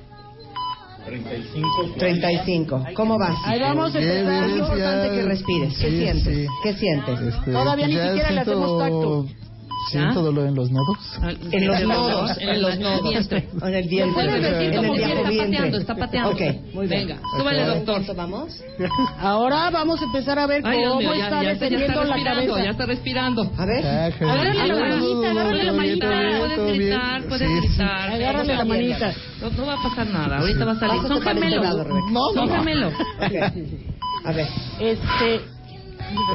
G: 35.
B: 35. ¿Cómo vas?
I: Ahí vamos a
E: Bien,
I: empezar.
B: Es
E: bien,
B: importante
E: ya.
B: que respires. ¿Qué
E: Sí,
B: sientes?
E: sí.
B: ¿Qué sientes?
E: Este,
I: Todavía ni
E: ya
I: siquiera le hacemos
E: siento-
I: tacto.
E: ¿Siento dolor en los nodos?
B: En los nodos,
K: en el vientre.
B: En el vientre.
K: ¿Me puedes decir
B: En el
K: cómo quiere? Está
B: diabovientre.
K: pateando, está pateando.
B: Ok, muy bien.
K: Venga, súbale,
B: Ok.
K: doctor.
B: ¿Cuánto vamos?
I: Ahora vamos a empezar a ver
K: Ay, Dios
I: cómo
K: mío, ya-
I: está
K: ya- ya está
I: defendiendo la
K: respirando,
I: cabeza.
K: ya está respirando.
B: A ver.
K: Agárrale la manita, agárrale la manita. Puedes gritar, puedes gritar.
I: Agárrale la manita.
K: No, no va a pasar nada, ahorita va a salir.
I: Pásate
K: Son
I: para el
K: gemelos.
I: otro lado, Rebeca.
K: No, Son
I: No.
K: gemelos.
B: A ver.
I: Este.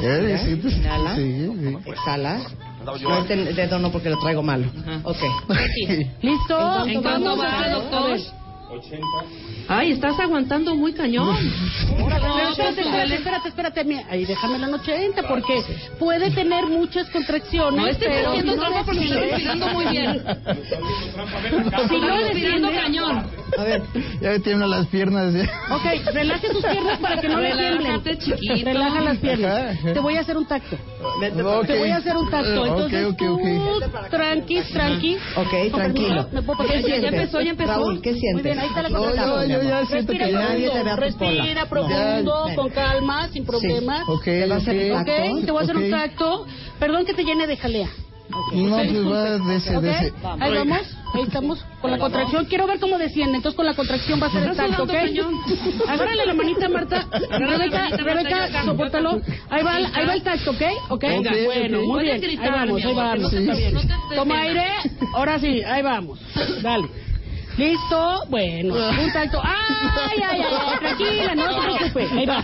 B: Respira,
I: sí, pues,
B: Inhala.
I: sí,
B: Exhala. No, este dedo no porque lo traigo malo. Ok.
I: ¿Listo?
K: ¿En
I: Vamos
K: cuánto
I: a
K: va,
I: hacer- a
K: doctor?
I: ver.
K: Ay, estás aguantando muy cañón.
I: Pero espérate, espérate, espérate, espérate, mira, ahí déjame la noche 80 porque puede tener muchas contracciones.
K: No estés
I: pero
K: haciendo
I: si no
K: trampa porque está
I: defiendes-
K: respirando muy bien.
I: Si no
K: respirando
I: defiendes-
K: cañón.
B: A ver.
E: Ya me tiemblan las piernas. ya.
I: Ok, relaje tus piernas para que no le tiemblen.
K: Relájate, chiquito.
I: Relaja las piernas.
E: Ajá.
I: Te voy a hacer un tacto.
E: Ok.
I: Te voy a hacer un tacto.
E: Ok,
I: Entonces,
E: ok,
I: tú,
E: ok.
I: tranqui, tranqui.
B: Ok,
I: Con
B: tranquilo.
I: permiso, ¿Me puedo poner
B: ¿Qué
I: bien?
B: sientes? Raúl, ¿qué sientes?
I: Muy bien, ahí está la
B: No,
I: contestación.
B: yo- yo ya siento
I: Respira
B: que
I: profundo,
B: nadie te vea tu cola.
I: Respira
B: No.
I: profundo,
B: Ya.
I: con calma, sin problemas.
E: Ok, Te va a hacer ok. tacto.
I: Ok, te voy a hacer un
E: Ok.
I: tacto. Perdón que te llene de jalea.
E: No,
I: Ok,
E: pues va de ese,
I: Ok,
E: de ese.
I: Ahí vamos, ahí estamos con la contracción. Quiero ver cómo desciende, entonces con la contracción va a ser
K: Está
I: exacto, ¿ok?
K: sudando cañón.
I: Agárrale la manita, Marta.
K: Agárrale la manita,
I: Rebeca,
K: Marta, yo acá,
I: Rebeca, sopórtalo. Ahí va, el- ahí va el tacto, ¿ok? ¿Ok?
K: Venga,
I: Ok,
K: bueno,
I: bueno, muy
K: puedes
I: bien.
K: gritar,
I: ahí vamos,
K: mi
I: ahí
K: amor,
I: vamos.
K: que no te- no te- no te-
I: Toma aire, ahora sí, ahí vamos. Dale. Listo, bueno, un tacto. ¡Ay, ay, ay! ay, Tranquila, no se preocupe. Ahí va,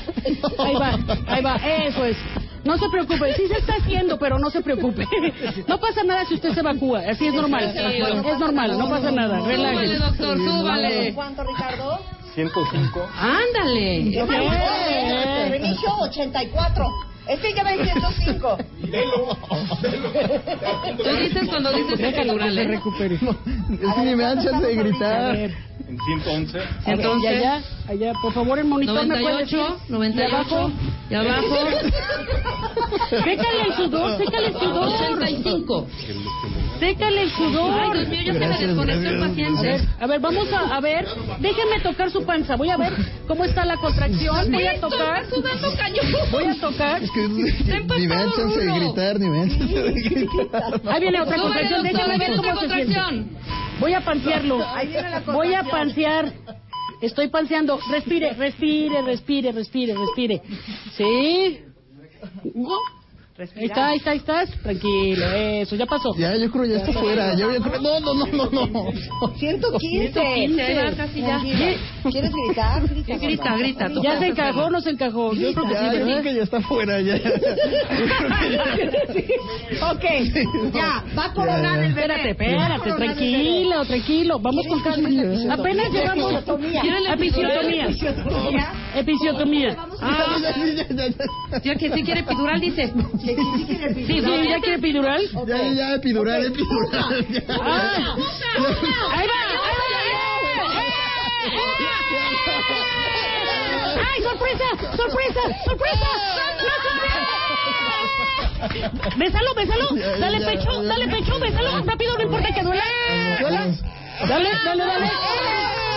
I: ahí va, ahí va, eso es. No se preocupe, sí se está haciendo, pero no se preocupe. No pasa nada si usted se evacúa, así es normal. Es normal, no pasa nada,
K: Súbale,
I: relájese.
K: doctor, súbale.
L: ¿Cuánto, Ricardo?
E: 105.
K: Ándale.
L: Yo me acuerdo. Remigio, 84. Este ya va en 105.
K: Tú dices cuando dices epidural,
E: se
K: ¿eh?
E: recupere. Es que ni me dan chance de gritar.
G: En 111.
I: Entonces, allá, allá, por favor, el monitor me puede decir.
K: 98,
I: Y abajo.
K: 98. Y abajo.
I: Sécale el sudor, sécale el sudor.
K: 85.
I: Sécale el
K: Ay,
I: sudor.
K: Dios mío, ya se me desconectó el
I: A ver,
K: paciente.
I: a ver, vamos a, a ver, déjenme tocar su panza, voy a ver cómo está la contracción, voy a
K: Esto
I: tocar,
K: está sudando cañón.
I: voy a tocar,
E: Es que ni me dan
K: empapado
E: chance de
K: rudo.
E: gritar, ni me dan chance de gritar.
I: ahí viene otra
K: Súbale, doctor,
I: contracción, déjenme ver
K: viene otra
I: cómo se siente,
K: contracción.
I: voy a pansearlo,
L: Ahí viene la
I: voy a
L: contracción.
I: pansear, estoy panseando, respire, respire, respire, respire, respire, sí, No. ahí está, ahí está, ahí estás, tranquilo, eso, ya pasó,
E: Ya, yo creo ya está fuera. Ya, yo creo... No, no, no, no, no.
K: 115, ahí va, casi ya.
L: ¿Quieres gritar? Grita,
K: Grita, grita. tú
I: ya se
K: puedes hacerlo.
I: encajó, o no se encajó, yo creo que sí,
E: Ya, yo creo
I: ¿verdad?
E: que ya está fuera. Ya. Yo creo que ya.
L: Ok, ya, va a coronar el bebé.
I: Espérate, espérate, tranquilo, tranquilo. Vamos con calma. Apenas llegamos.
L: Episiotomía.
I: ¿Quieren la episiotomía? Episiotomía.
K: Ah, ya que sí quiere epidural, dice. Sí,
I: Sí, ¿ya quiere epidural?
E: Ya, ya, epidural, epidural.
I: Ah, ahí va. ¡Ay, sorpresa! ¡Sorpresa! ¡Sorpresa! ¡No, sorpresa! ¡Bésalo, bésalo! ¡Dale pecho! ¡Dale pecho! ¡Bésalo! ¡Rápido, no importa que duela! ¿Duela? Dale, dale, dale.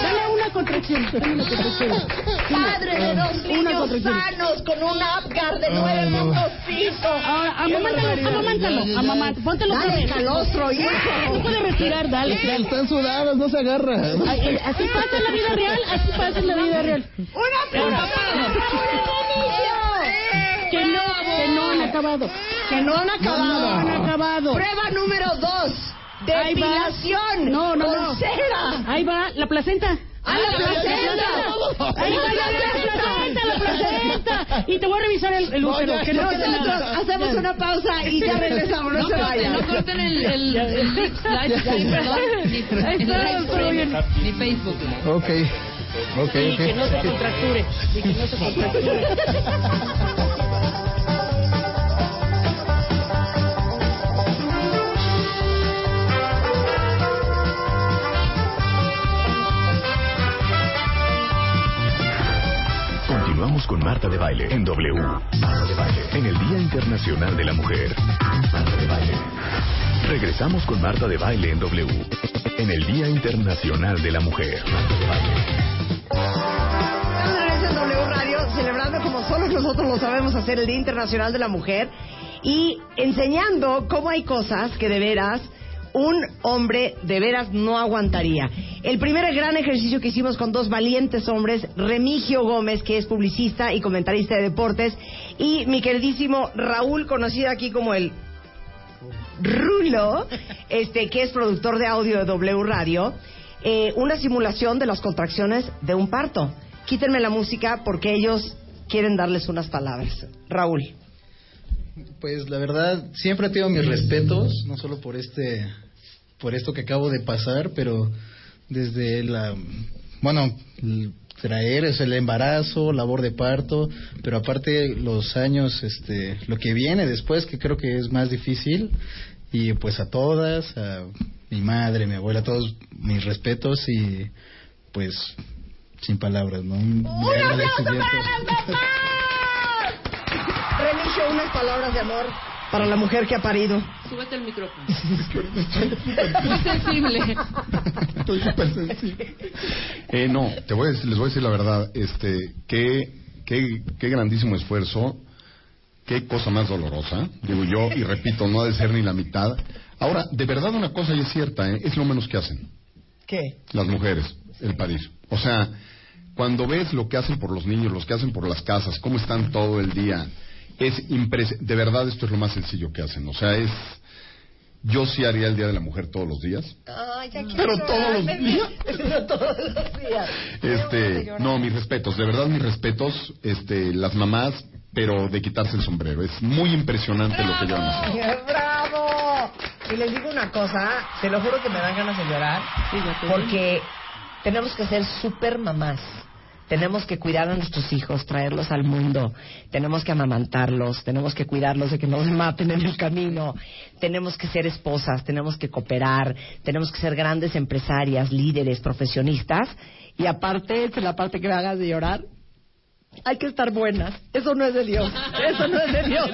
I: Dale una contracción. Dale una contracción.
L: Padre de dos niños
I: contracción.
L: sanos con un Apgar de nueve
E: Ay, no.
L: montositos.
I: Ahora, amamántalo, amamántalo. Amamántalo. Póntelo
L: Dale,
I: otra vez.
L: calostro, hijo.
I: No puede respirar, dale. dale.
E: Están sudadas, no se agarran.
I: Ay, eh, Así pasa en la vida real, así pasa en la vida real.
L: ¡Una pregunta!
I: Que no,
L: eh.
I: que no han acabado.
L: Que no han
I: No han
L: acabado.
I: acabado.
L: Prueba número dos.
I: Ahí va.
L: Depilación.
I: No, no,
L: con
I: no.
L: cera.
I: Ahí va la placenta.
L: ¡A la placenta!
I: Ahí va la placenta, la placenta. Y te voy a revisar el, el útero. Que no quede
L: Nosotros
I: nada.
L: hacemos una pausa y ya regresamos. No se vayan.
K: No corten el, el, el live stream, perdón.
I: Ahí
K: Ni-
I: está,
K: el live
I: todo bien.
K: stream, Ni Facebook Live.
E: Ok. Ok,
I: Y que no se
E: ok.
I: contracture. Y que no se contracture.
A: Continuamos con Marta de Baile en W. Marta de Baile. En el Día Internacional de la Mujer. Marta de Baile. Regresamos con Marta de Baile en W. En el Día Internacional de la Mujer.
L: Estamos de regreso en W Radio, celebrando como solo nosotros lo sabemos hacer el Día Internacional de la Mujer.
B: y enseñando cómo hay cosas que de veras un hombre de veras no aguantaría. El primer gran ejercicio que hicimos con dos valientes hombres, Remigio Gómez, que es publicista y comentarista de deportes, y mi queridísimo Raúl, conocido aquí como el Rulo, este, que es productor de audio de W Radio, eh, una simulación de las contracciones de un parto. Quítenme la música porque ellos quieren darles unas palabras. Raúl.
E: Pues la verdad, siempre tengo mis respetos, no solo por este, por esto que acabo de pasar, pero desde la, bueno, l- traer es el embarazo, labor de parto, pero aparte los años, este, lo que viene después, que creo que es más difícil, y pues a todas, a mi madre, mi abuela, a todos mis respetos y pues sin palabras, ¿no? Un agradecimiento.
B: Remigio, unas palabras de amor para la mujer que ha parido.
K: Súbete el micrófono. Muy sensible.
C: Estoy súper sensible. Eh, no, te voy a decir- les voy a decir la verdad. Este, qué, qué, qué grandísimo esfuerzo, qué cosa más dolorosa, digo yo, y repito, no ha de ser ni la mitad. Ahora, de verdad una cosa y es cierta, ¿eh? es lo menos que hacen
B: ¿Qué?
C: las mujeres, el parir. O sea, cuando ves lo que hacen por los niños, los que hacen por las casas, cómo están todo el día, es impres- de verdad esto es lo más sencillo que hacen. O sea, es, yo sí haría el Día de la Mujer todos los días.
B: Pero todos los días. Pero todos los días.
C: Este, no, mis respetos, de verdad mis respetos, este, las mamás, pero de quitarse el sombrero. Es muy impresionante lo que yo
B: ¡Bravo! Y les digo una cosa, te lo juro que me dan ganas de llorar, porque tenemos que ser super mamás. Tenemos que cuidar a nuestros hijos, traerlos al mundo, tenemos que amamantarlos, tenemos que cuidarlos de que no se maten en el camino, tenemos que ser esposas, tenemos que cooperar, tenemos que ser grandes empresarias, líderes, profesionistas, y aparte, esta es la parte que me hagas de llorar, hay que estar buenas. Eso no es de Dios. Eso no es de Dios.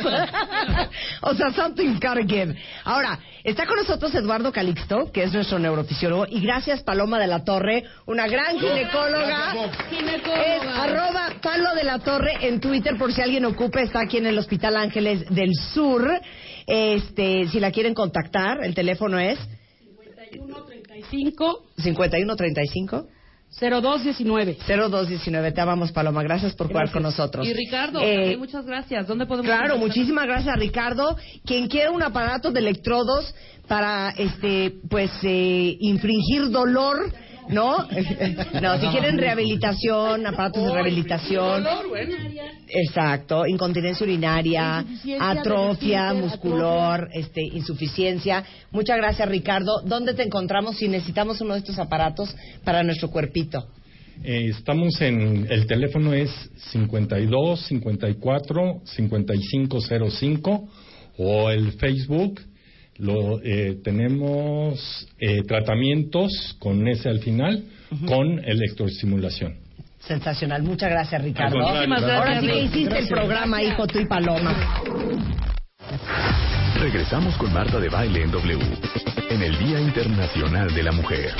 B: o sea, something gotta give. Ahora, está con nosotros Eduardo Calixto, que es nuestro neurofisiólogo. Y gracias, Paloma de la Torre, una gran ginecóloga. Es arroba Palo de la Torre en Twitter, por si alguien ocupa. Está aquí en el Hospital Ángeles del Sur. Este, si la quieren contactar, el teléfono es
I: 35
B: 5135
I: 0219.
B: 0219. Te amamos, Paloma. Gracias por jugar con nosotros.
K: Y Ricardo,
B: Eh,
K: también muchas gracias. ¿Dónde podemos
B: Claro,
K: contactar?
B: muchísimas gracias Ricardo. Quien quiera un aparato de electrodos para, este, pues, eh, infringir dolor, ¿no? No, si quieren rehabilitación, aparatos de rehabilitación. Exacto, incontinencia urinaria,
I: Insuficiencia
B: atrofia
I: del esfínter,
B: muscular, este, insuficiencia. Muchas gracias Ricardo. ¿Dónde te encontramos si necesitamos uno de estos aparatos para nuestro cuerpito?
G: Eh, estamos en. El teléfono es 52 54 5505 o el Facebook. Lo, eh, tenemos eh, tratamientos con ese al final, con electroestimulación.
B: Sensacional. Muchas gracias Ricardo.
G: Al contrario, Muchísimas gracias.
B: Ahora sí que hiciste el
G: Gracias.
B: programa, hijo tú y Paloma.
A: Regresamos con Marta de Baile en W. En el Día Internacional de la Mujer.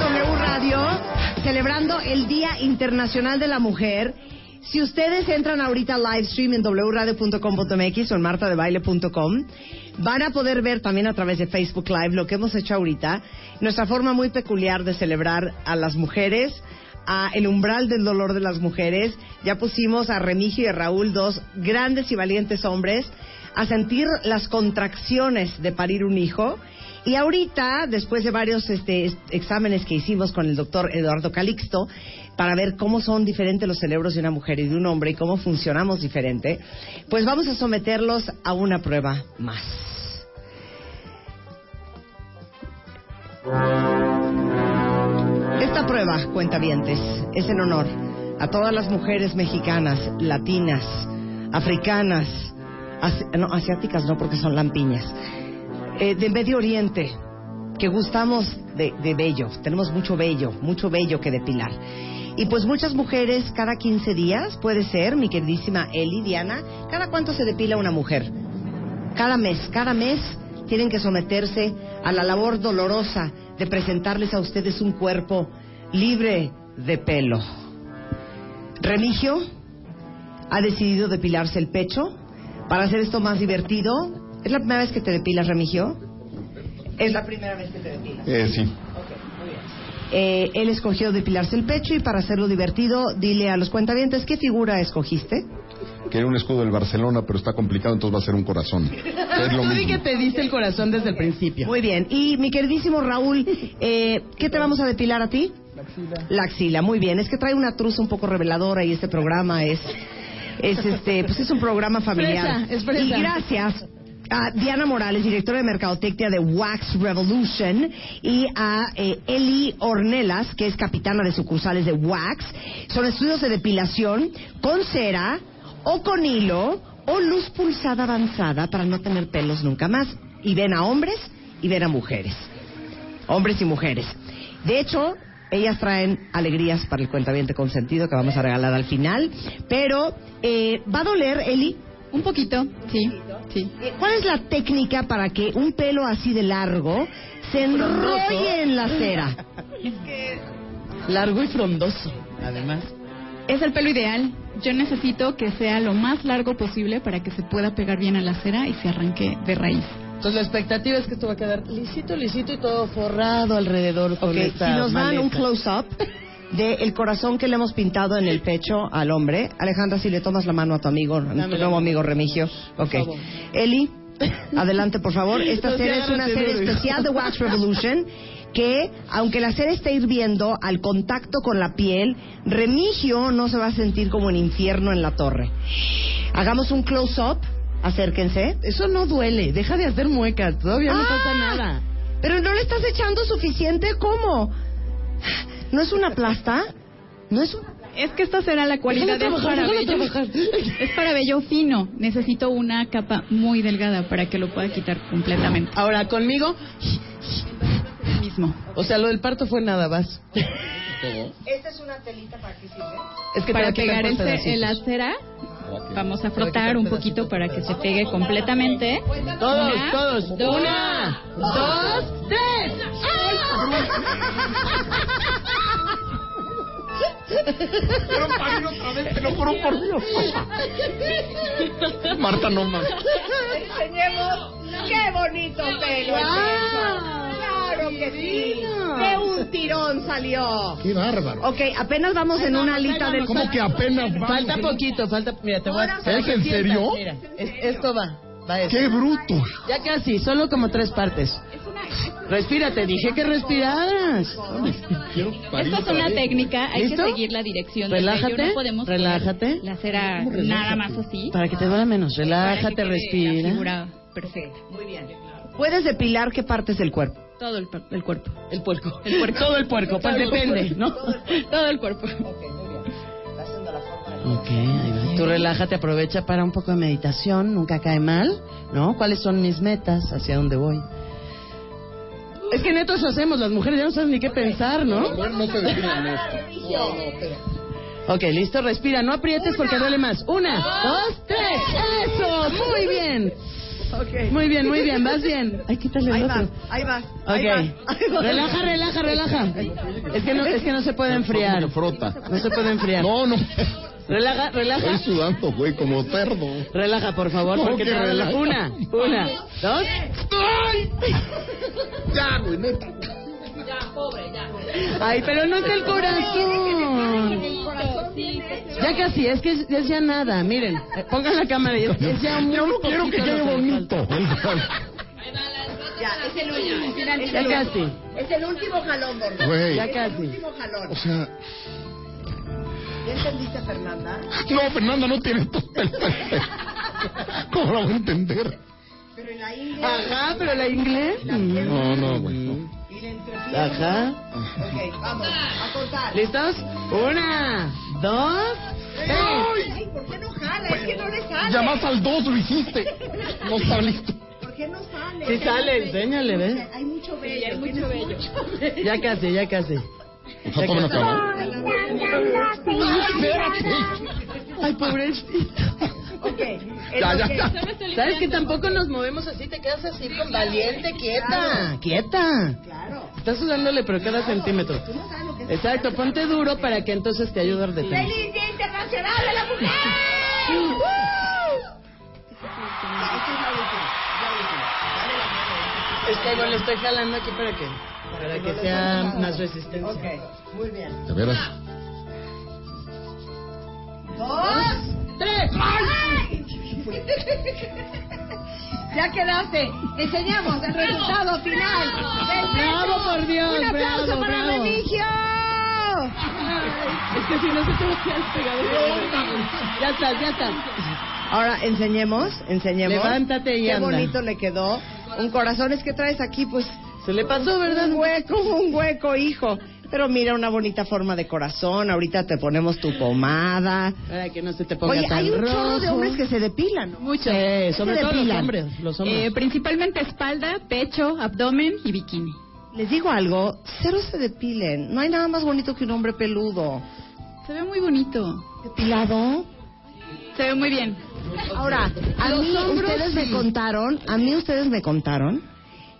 B: W Radio, celebrando el Día Internacional de la Mujer. Si ustedes entran ahorita al live stream en wradio.com.mx o en martadebaile.com, van a poder ver también a través de Facebook Live lo que hemos hecho ahorita, nuestra forma muy peculiar de celebrar a las mujeres, a el umbral del dolor de las mujeres. Ya pusimos a Remigio y a Raúl, dos grandes y valientes hombres, a sentir las contracciones de parir un hijo. Y ahorita, después de varios este, est- exámenes que hicimos con el doctor Eduardo Calixto, para ver cómo son diferentes los cerebros de una mujer y de un hombre y cómo funcionamos diferente, pues vamos a someterlos a una prueba más. Esta prueba, cuentavientes, es en honor a todas las mujeres mexicanas, latinas, africanas, asi- no, asiáticas no porque son lampiñas, eh, de Medio Oriente, que gustamos de, de bello, tenemos mucho bello, mucho bello que depilar. Y pues muchas mujeres cada 15 días, puede ser, mi queridísima Eli, Diana, ¿cada cuánto se depila una mujer? Cada mes, cada mes tienen que someterse a la labor dolorosa de presentarles a ustedes un cuerpo libre de pelo. Remigio, ha decidido depilarse el pecho para hacer esto más divertido. ¿Es la primera vez que te depilas, Remigio? Es la primera vez que te depilas.
C: Eh, sí.
B: Eh, él escogió depilarse el pecho y para hacerlo divertido, dile a los cuentavientes qué figura escogiste.
C: Quería un escudo del Barcelona, pero está complicado, entonces va a ser un corazón. Es lo
M: Tú di
C: mismo.
M: que te diste el corazón desde el principio.
B: Muy bien. Y mi queridísimo Raúl, eh, ¿qué te vamos a depilar a ti? La axila, muy bien. Es que trae una truza un poco reveladora y este programa es, es este, pues es un programa familiar.
M: Fresa, es fresa.
B: Y gracias a Diana Morales, directora de mercadotecnia de Wax Revolution, y a eh, Eli Ornelas, que es capitana de sucursales de Wax. Son estudios de depilación con cera o con hilo o luz pulsada avanzada para no tener pelos nunca más. Y ven a hombres y ven a mujeres hombres y mujeres. De hecho, ellas traen alegrías para el cuentaviente consentido que vamos a regalar al final. Pero, eh, ¿va a doler, Eli? Un poquito, sí. ¿Cuál es la técnica para que un pelo así de largo se enrolle en la cera?
M: Largo y frondoso, además.
N: Es el pelo ideal. Yo necesito que sea lo más largo posible para que se pueda pegar bien a la cera y se arranque de raíz.
M: Entonces la expectativa es que esto va a quedar lisito, lisito y todo forrado alrededor con
B: Ok,
M: esta
B: si nos dan
M: maleza.
B: un close-up del corazón que le hemos pintado en el pecho al hombre. Alejandra, si le tomas la mano a tu amigo, a tu
M: la
B: nuevo amigo Remigio. Ok.
M: favor.
B: Eli, adelante, por favor. Esta
M: No se
B: serie es
M: hagan
B: una
M: así,
B: serie
M: Rubio.
B: especial de Wax Revolution que, aunque la serie esté hirviendo al contacto con la piel, Remigio no se va a sentir como en infierno en la torre. Hagamos un close-up. Acérquense.
M: Eso no duele, deja de hacer muecas, todavía no
B: Ah,
M: pasa nada.
B: Pero no le estás echando suficiente, ¿cómo? ¿No es una plasta? ¿No es una
N: Es que esta será la cualidad
B: Déjala
N: es
B: trabajar,
N: para
B: déjala
N: vello- Es para vello fino. Necesito una capa muy delgada para que lo pueda quitar completamente.
M: Ahora conmigo
N: mismo.
M: O sea, lo del parto fue nada más.
B: Esta es una telita para que sirve.
M: Es que te va
N: para
M: a quitar
N: pegar el,
M: pedacitos.
N: ce- el la cera, vamos a
M: Te va a
N: frotar
M: quitar
N: un poquito para que se pegue completamente.
M: Todos,
N: Una,
M: todos.
N: dos,
M: Una, dos,
C: Pero parir otra vez, te lo juro por Dios. Marta, no más.
L: Tenemos qué bonito pelo.
B: ¡Guau!
N: Ah,
L: Claro que sí.
B: Divino.
L: De un tirón salió.
C: Qué bárbaro.
B: Ok, apenas vamos en una alita de...
C: ¿Cómo que apenas va?
M: Falta poquito, falta. Mira, te voy a.
C: ¿Es en
M: Sienta,
C: serio?
M: mira, es- esto va. va esto.
C: ¡Qué bruto!
M: Ya casi, solo como tres partes. Respira, te dije que respiraras.
N: Esta es una técnica, hay
M: ¿Listo?
N: que seguir la dirección del vello,
M: Relájate,
N: no podemos poner
M: relájate.
N: la cera
M: ¿Cómo
N: nada
M: relájate?
N: más así.
M: Para que te duela menos,
N: Para que
M: relájate,
N: quede la
M: respira.
N: figura perfecta. Muy bien.
B: ¿Puedes depilar qué partes del cuerpo?
N: Todo el, per- el cuerpo.
M: El puerco.
N: El puerco.
M: Todo el puerco, pues
N: Todo el
M: depende,
N: cuerpo.
M: ¿no?
N: Todo el cuerpo.
M: Ok, ahí va. Tú relájate, aprovecha para un poco de meditación, nunca cae mal, ¿no? ¿Cuáles son mis metas? ¿Hacia dónde voy? Es que neto eso hacemos, las mujeres ya no saben ni qué pensar, ¿no?
C: No se definan esto.
M: Ok, listo, respira, no aprietes porque duele más. Una, dos, tres, eso, muy bien. Muy bien, muy bien, vas bien. Ay, quítale el
B: Ahí
M: otro.
B: vas, ahí vas. ahí vas, ahí
M: Ok,
B: vas.
M: relaja, relaja, relaja. Es que no, es que no se puede enfriar.
C: Frota.
M: No se puede enfriar.
C: No, no.
M: Relaja, relaja.
C: Estoy sudando, güey, como cerdo.
M: Relaja, por favor,
C: ¿Cómo
M: porque
C: que
M: te va a doler.
C: relaja?
M: Una, una, dos.
C: Ya, güey, neta.
M: Ay, pero no es el corazón. Ya casi, es que es, es ya nada. Miren, eh, pongan la cámara y es, es ya un
C: Yo no quiero que
M: poquito
C: quede
M: lo le
C: bonito.
L: Ya, es el último.
M: falta. Ya casi,
L: Es el último jalón, gordo.
C: Güey,
M: ya casi.
L: Último jalón.
C: o sea...
L: ¿Ya entendiste, Fernanda?
C: No, Fernanda no tiene estos pelos. ¿Cómo lo voy a entender?
L: Pero en la India.
M: Ajá, pero la inglés. mm,
C: No, no, güey. no.
L: Y la entrepierna.
M: Ajá.
L: Ok, vamos, a cortar.
M: ¿Listos? Una, dos, tres.
L: Ay, ¿por qué no jala? Es que no le sale.
C: Ya más al dos lo hiciste. No está listo.
L: ¿Por qué no sale?
M: Si sale, enséñale, ¿ves?
L: Hay mucho bello. hay mucho bello.
M: Ya casi, ya casi.
C: O sea, ¿cómo no acabó?
M: Ay, pobrecito.
L: Ok.
C: Ya, ya, ya.
M: ¿Sabes que tampoco nos movemos así? Te quedas así con valiente, quieta. Quieta.
L: Claro.
M: Estás sudándole, pero cada centímetro.
L: Tú no sabes lo que es.
M: Exacto, ponte duro para que entonces te ayude a ordenar.
L: ¡Feliz Día Internacional de la Mujer!
M: Es que igual le estoy jalando aquí para que, para que sea más resistencia.
B: Ok, muy bien.
C: De veras.
B: ¡Dos! ¡Tres! ¡Ay! Ya quedaste. Enseñamos el resultado final. del
I: Bravo,
B: metro.
I: por Dios,
B: Un aplauso
I: bravo,
B: para
I: bravo.
B: Remigio.
I: Es que si no se te lo quedas pegado. Ya está, ya está.
B: Ahora enseñemos, enseñemos.
M: Levántate y
B: Qué
M: anda.
B: bonito le quedó. Un corazón es que traes aquí, pues.
M: Se le pasó, ¿verdad?
B: Un hueco, un hueco, hijo. Pero mira, una bonita forma de corazón. Ahorita te ponemos tu pomada.
M: Para que no se te ponga
B: Oye,
M: tan
B: hay un chorro de
M: rojo.
B: hombres que se depilan.
N: Mucho.
M: Sí, Eh, sobre
N: Se
M: todo los
N: depilan.
M: hombres. Los hombres.
N: Eh, principalmente espalda, pecho, abdomen y bikini.
B: Les digo algo, cero se depilen. No hay nada más bonito que un hombre peludo.
N: Se ve muy bonito.
B: ¿Depilado?
N: Se ve muy bien.
B: Ahora, a
N: Los
B: mí
N: hombros,
B: ustedes me
N: sí.
B: contaron, a mí ustedes me contaron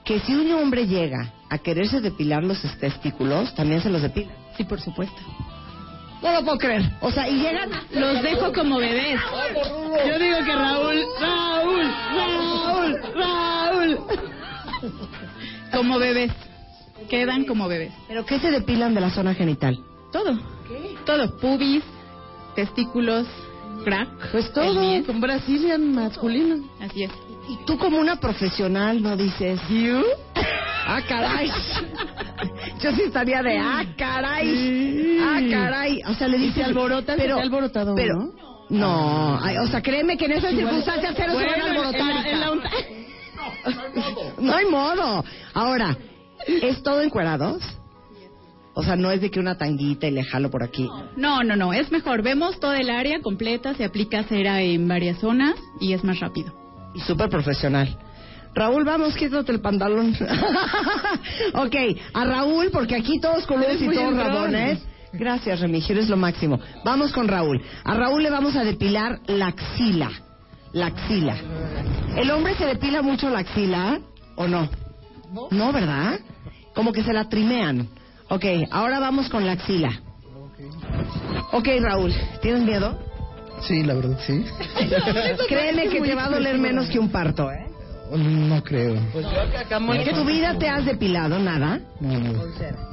B: que si un hombre llega a quererse depilar los testículos, también se los depila.
N: Sí, por supuesto.
B: No lo puedo creer. O sea, y llegan
N: Los dejo como bebés.
M: Yo digo que Raúl, Raúl, Raúl, Raúl.
N: Como bebés. Quedan como bebés.
B: ¿Pero qué se depilan de la zona genital?
N: Todo. Todo. Pubis, testículos, crack.
M: Pues
N: El
M: todo,
N: diez.
M: con Brazilian masculino.
N: Así es.
B: Y tú como una profesional no dices, ¿you? Ah, caray. Yo sí estaría de, ah, caray. Ah, caray. O sea, le
M: Y
B: dice
M: se alborotan, se te ha alborotado,
B: pero,
M: ¿no?
B: No, ay, o sea, créeme que en esas
M: Igual-
B: circunstancias cero se van a
M: Bueno, en la-
B: alborotar.
M: en la
B: hija. No hay modo. Ahora, ¿es todo encuerados? O sea, no es de que una tanguita y le jalo por aquí.
N: No, no, no. Es mejor. Vemos toda el área completa. Se aplica cera en varias zonas y es más rápido.
B: Y súper profesional. Raúl, vamos, quítate el pantalón. ok, a Raúl, porque aquí todos colores
M: Eres
B: y
M: muy
B: todos
M: entrón.
B: rabones. Gracias, Remigio, eres lo máximo. Vamos con Raúl. A Raúl le vamos a depilar la axila. La axila. ¿El hombre se depila mucho la axila o no? No. ¿verdad? Como que se la trimean. Ok, ahora vamos con la axila. Ok, Raúl, ¿tienes miedo?
E: Sí, la verdad, sí.
B: Créeme que te va a doler menos que un parto, ¿eh?
E: No creo.
B: ¿En tu vida te has depilado nada?
E: No, no.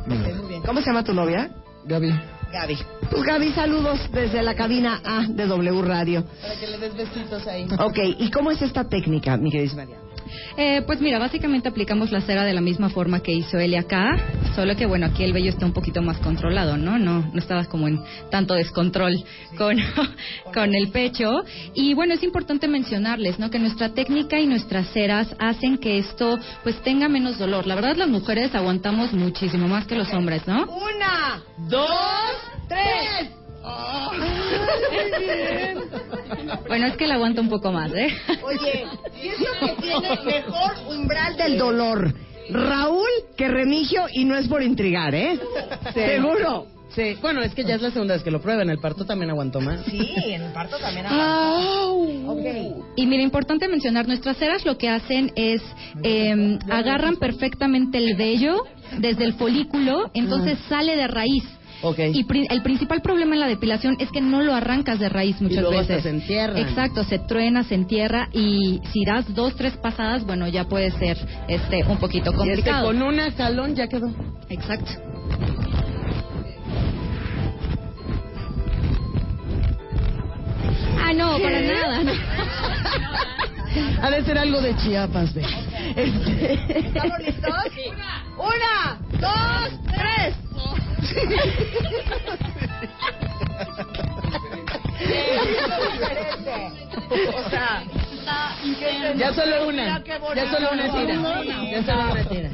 B: Muy bien. ¿Cómo se llama tu novia?
E: Gaby.
B: Gaby. Pues Gaby, saludos desde la cabina A de W Radio.
M: Para que le des besitos ahí.
B: Ok, ¿y cómo es esta técnica, mi querida María?
D: Eh, pues mira, básicamente aplicamos la cera de la misma forma que hizo él acá, solo que bueno, aquí el vello está un poquito más controlado, ¿no? No, no estabas como en tanto descontrol con, con el pecho. Y bueno, es importante mencionarles, ¿no? Que nuestra técnica y nuestras ceras hacen que esto pues tenga menos dolor. La verdad las mujeres aguantamos muchísimo más que los hombres, ¿no?
B: Una,
M: dos,
B: tres.
D: Bueno, es que la aguanta un poco más, ¿eh?
B: Oye, pienso que tiene mejor umbral del dolor. Raúl que Remigio y no es por intrigar, ¿eh? Seguro.
M: Sí, bueno, es que ya es la segunda vez que lo prueban. El parto también aguantó más.
B: Sí, en el parto también.
D: Y mira, importante mencionar, nuestras ceras lo que hacen es eh, agarran perfectamente el vello desde el folículo, entonces sale de raíz.
M: Ok.
B: este,
D: Y pri- el principal problema en la depilación es que no lo arrancas de raíz muchas
M: Y luego hasta
D: veces.
M: se entierran.
D: Exacto, se truena, se entierra y si das dos, tres pasadas, bueno, ya puede ser este un poquito
M: Y este,
D: complicado.
M: con una jalón ya quedó.
D: Exacto. Ah, no, para nada. no.
M: Ha de ser algo de Chiapas, de.
B: ¿Estamos listos? Una, dos, tres. O sea,
M: Ya solo una.
B: Mira, qué
M: Ya solo una
B: bonito.
M: tira. Ya solo una tira.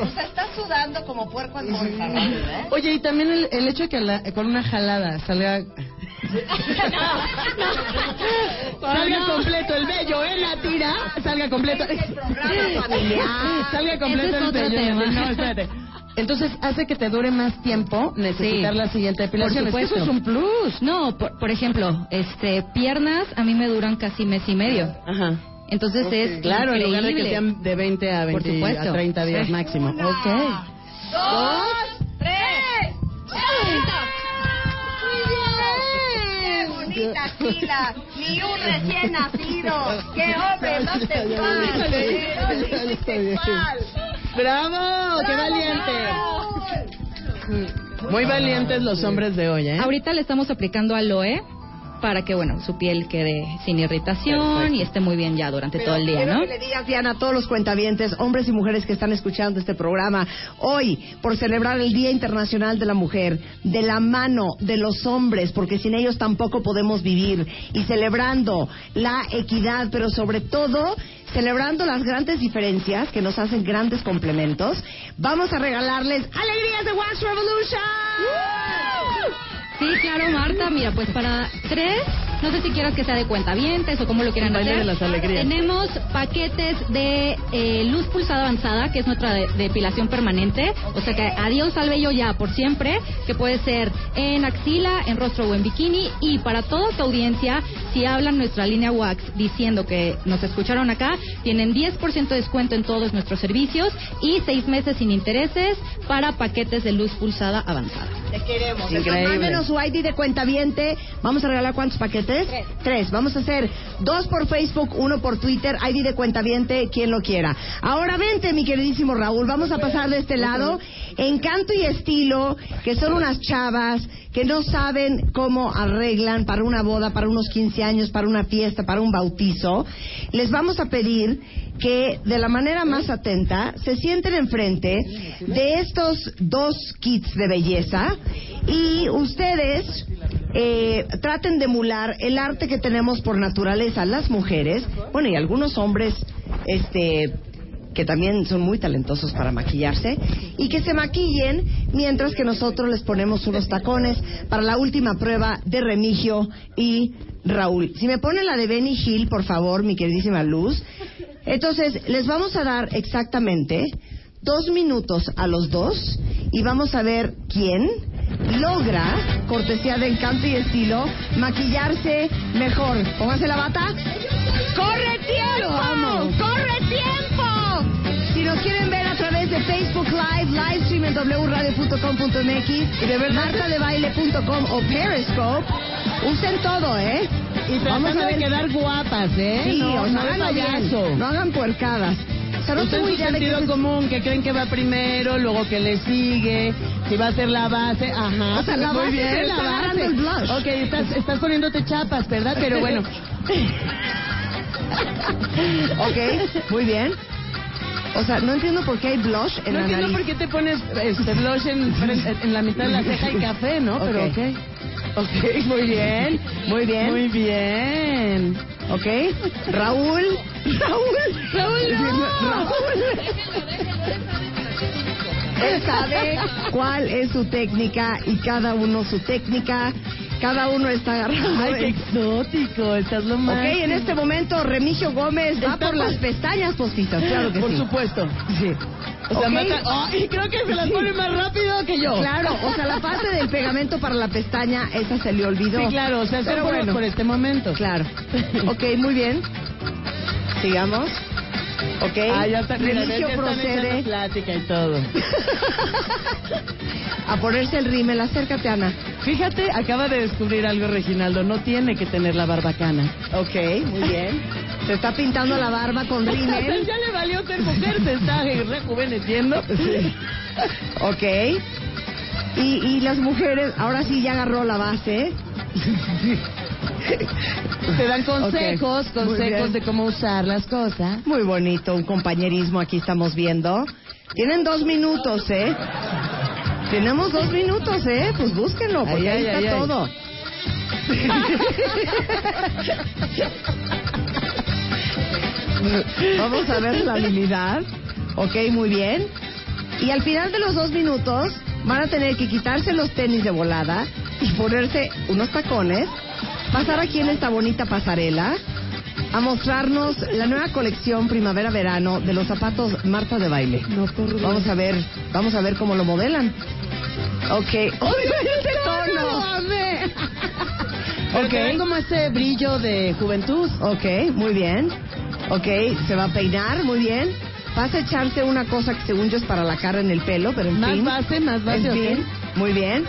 B: o sea, está sudando como puerco en bolsa, Raúl, ¿eh?
M: Oye, y también el, el hecho de que la- con una jalada salga. Salga
D: No.
M: completo el vello, ¿eh? La tira. Salga completo. Ah,
B: programa familiar.
M: Salga
D: Ese
M: completo
D: es
M: el
D: otro
M: vello.
D: tema.
M: No, espérate. Entonces hace que te dure más tiempo necesitar
D: Sí.
M: la siguiente depilación. Es que Eso es un plus.
D: No, por, por ejemplo, este, piernas a mí me duran casi mes y medio.
M: Ajá.
D: Entonces es
M: Claro, en lugar de que
D: increíble.
M: sean de 20 a,
D: Por
M: 20
D: supuesto.
M: a 30 días
D: Sí.
M: máximo.
D: Una.
M: Ok.
B: Dos, tres.
D: ¡Ay!
B: Qué bonita, sí,
L: abuela, ni un recién nacido. ¡Qué hombre más sensual! ¡Qué hombre más sensual!
M: ¡Bravo! ¡Oh, ¡Qué valiente! Muy valientes los hombres de hoy, ¿eh?
D: Ahorita le estamos aplicando aloe para que, bueno, su piel quede sin irritación y esté muy bien ya durante todo el día,
B: Quiero
D: ¿no?
B: que le digas, Diana, a todos los cuentavientes, hombres y mujeres que están escuchando este programa, hoy, por celebrar el Día Internacional de la Mujer, de la mano de los hombres, porque sin ellos tampoco podemos vivir, y celebrando la equidad, pero sobre todo celebrando las grandes diferencias que nos hacen grandes complementos, vamos a regalarles alegrías de Wax Revolution.
D: Sí, claro, Marta. Mira, pues para tres, no sé si quieras que sea de cuenta o como lo quieran
M: El baile
D: hacer.
M: de las alegrías.
D: Tenemos paquetes de eh, luz pulsada avanzada, que es nuestra de- depilación permanente. O sea que adiós al vello ya por siempre, que puede ser en axila, en rostro o en bikini. Y para toda tu audiencia, si hablan nuestra línea WAX diciendo que nos escucharon acá, tienen 10% de descuento en todos nuestros servicios y seis meses sin intereses para paquetes de luz pulsada avanzada.
B: Te queremos.
D: Increíble.
B: Entonces, mándenos su ID de cuenta viente. Vamos a regalar cuántos paquetes? Tres. Vamos a hacer dos por Facebook, uno por Twitter. ID de cuenta viente, quien lo quiera. Ahora vente, mi queridísimo Raúl. Vamos a pasar de este lado. Encanto y estilo, que son unas chavas que no saben cómo arreglan para una boda, para unos 15 años, para una fiesta, para un bautizo. Les vamos a pedir que de la manera más atenta se sienten enfrente de estos dos kits de belleza y ustedes eh, traten de emular el arte que tenemos por naturaleza las mujeres, bueno y algunos hombres, este que también son muy talentosos para maquillarse y que se maquillen mientras que nosotros les ponemos unos tacones para la última prueba de Remigio y Raúl. Si me ponen la de Benny Hill, por favor, mi queridísima Luz. Entonces, les vamos a dar exactamente dos minutos a los dos y vamos a ver quién logra, cortesía de encanto y estilo, maquillarse mejor. Póngase la bata. ¡Corre tiempo! ¡Corre tiempo! Si nos quieren ver a través de Facebook Live, Livestream en wradio.com.mx, y de verdad martadebaile.com o Periscope, usen todo, ¿eh?
M: Y
B: Vamos
M: tratando
B: a
M: de
B: ver-
M: quedar guapas, ¿eh?
B: Sí,
M: No,
B: o sea,
M: no
B: háganlo
M: de
B: bien,
M: payaso.
B: no hagan puercadas. O sea, no
M: Usen
B: tengo
M: su
B: idea de qué
M: sentido
B: se-
M: común, que creen que va primero, luego que le sigue, si va a ser la base, ajá.
B: O sea, la
M: muy
B: base
M: bien,
B: se le
M: la
B: está
M: base.
B: agarrando el blush.
M: Ok, estás, estás poniéndote chapas, ¿verdad? Pero bueno.
B: ok, muy bien. O sea, no entiendo por qué hay blush en
M: no
B: la
M: entiendo
B: nariz.
M: por qué te pones este blush en, frente- en la mitad de la ceja y café, ¿no? Pero
B: Ok.
M: ok.
B: Ok, muy bien, muy bien.
M: Muy
B: bien. Ok, Raúl, Raúl, Raúl, Él sabe cuál es su técnica y cada uno su técnica. Cada uno está agarrando.
M: Ay, qué
B: exótico, estás lo más. Ok, en este momento Remigio Gómez va por las pestañas postizas, claro que
M: Por
B: sí.
M: supuesto.
B: Sí.
M: O sea,
B: Ok.
M: mata- ¡Oh! y creo que se las pone más rápido que yo.
B: Claro, o sea, la parte del pegamento para la pestaña, esa se le olvidó.
M: Sí, claro, o sea,
B: Pero
M: son por- por este
B: momento. Claro. Ok, muy bien. Sigamos. Ok.
M: Ah, ya está, mira,
B: Remigio
M: ya están
B: procede
M: echando plática y todo.
B: a ponerse el rímel. Acércate, Ana.
M: Fíjate, acaba de descubrir algo, Reginaldo. No tiene que tener la barbacana.
B: Ok, muy bien. Se está pintando la barba con rímel.
M: Pues ya le valió ser mujer, se está rejuveneciendo.
B: Ok. Y, y las mujeres, ahora sí ya agarró la base.
M: Te dan consejos,
B: Ok, muy bien.
M: consejos de cómo usar las cosas.
B: Muy bonito, un compañerismo aquí estamos viendo. Tienen dos minutos, ¿eh? Tenemos dos minutos, ¿eh? Pues búsquenlo, porque
M: Ay,
B: ahí
M: ay,
B: está
M: ay, ay.
B: todo. Vamos a ver la habilidad. Ok, muy bien. Y al final de los dos minutos van a tener que quitarse los tenis de volada y ponerse unos tacones, pasar aquí en esta bonita pasarela a mostrarnos la nueva colección primavera-verano de los zapatos Marta de baile. Vamos a ver, vamos a ver cómo lo modelan. Ok. ¡Oh, este tono!
M: Pero te dan como
B: ese brillo de juventud. Ok, muy bien. Ok, se va a peinar, muy bien. Vas a echarse una cosa que según yo es para la cara en el pelo, pero en
M: Más
B: fin.
M: base, más base,
B: En
M: ok.
B: fin, muy bien.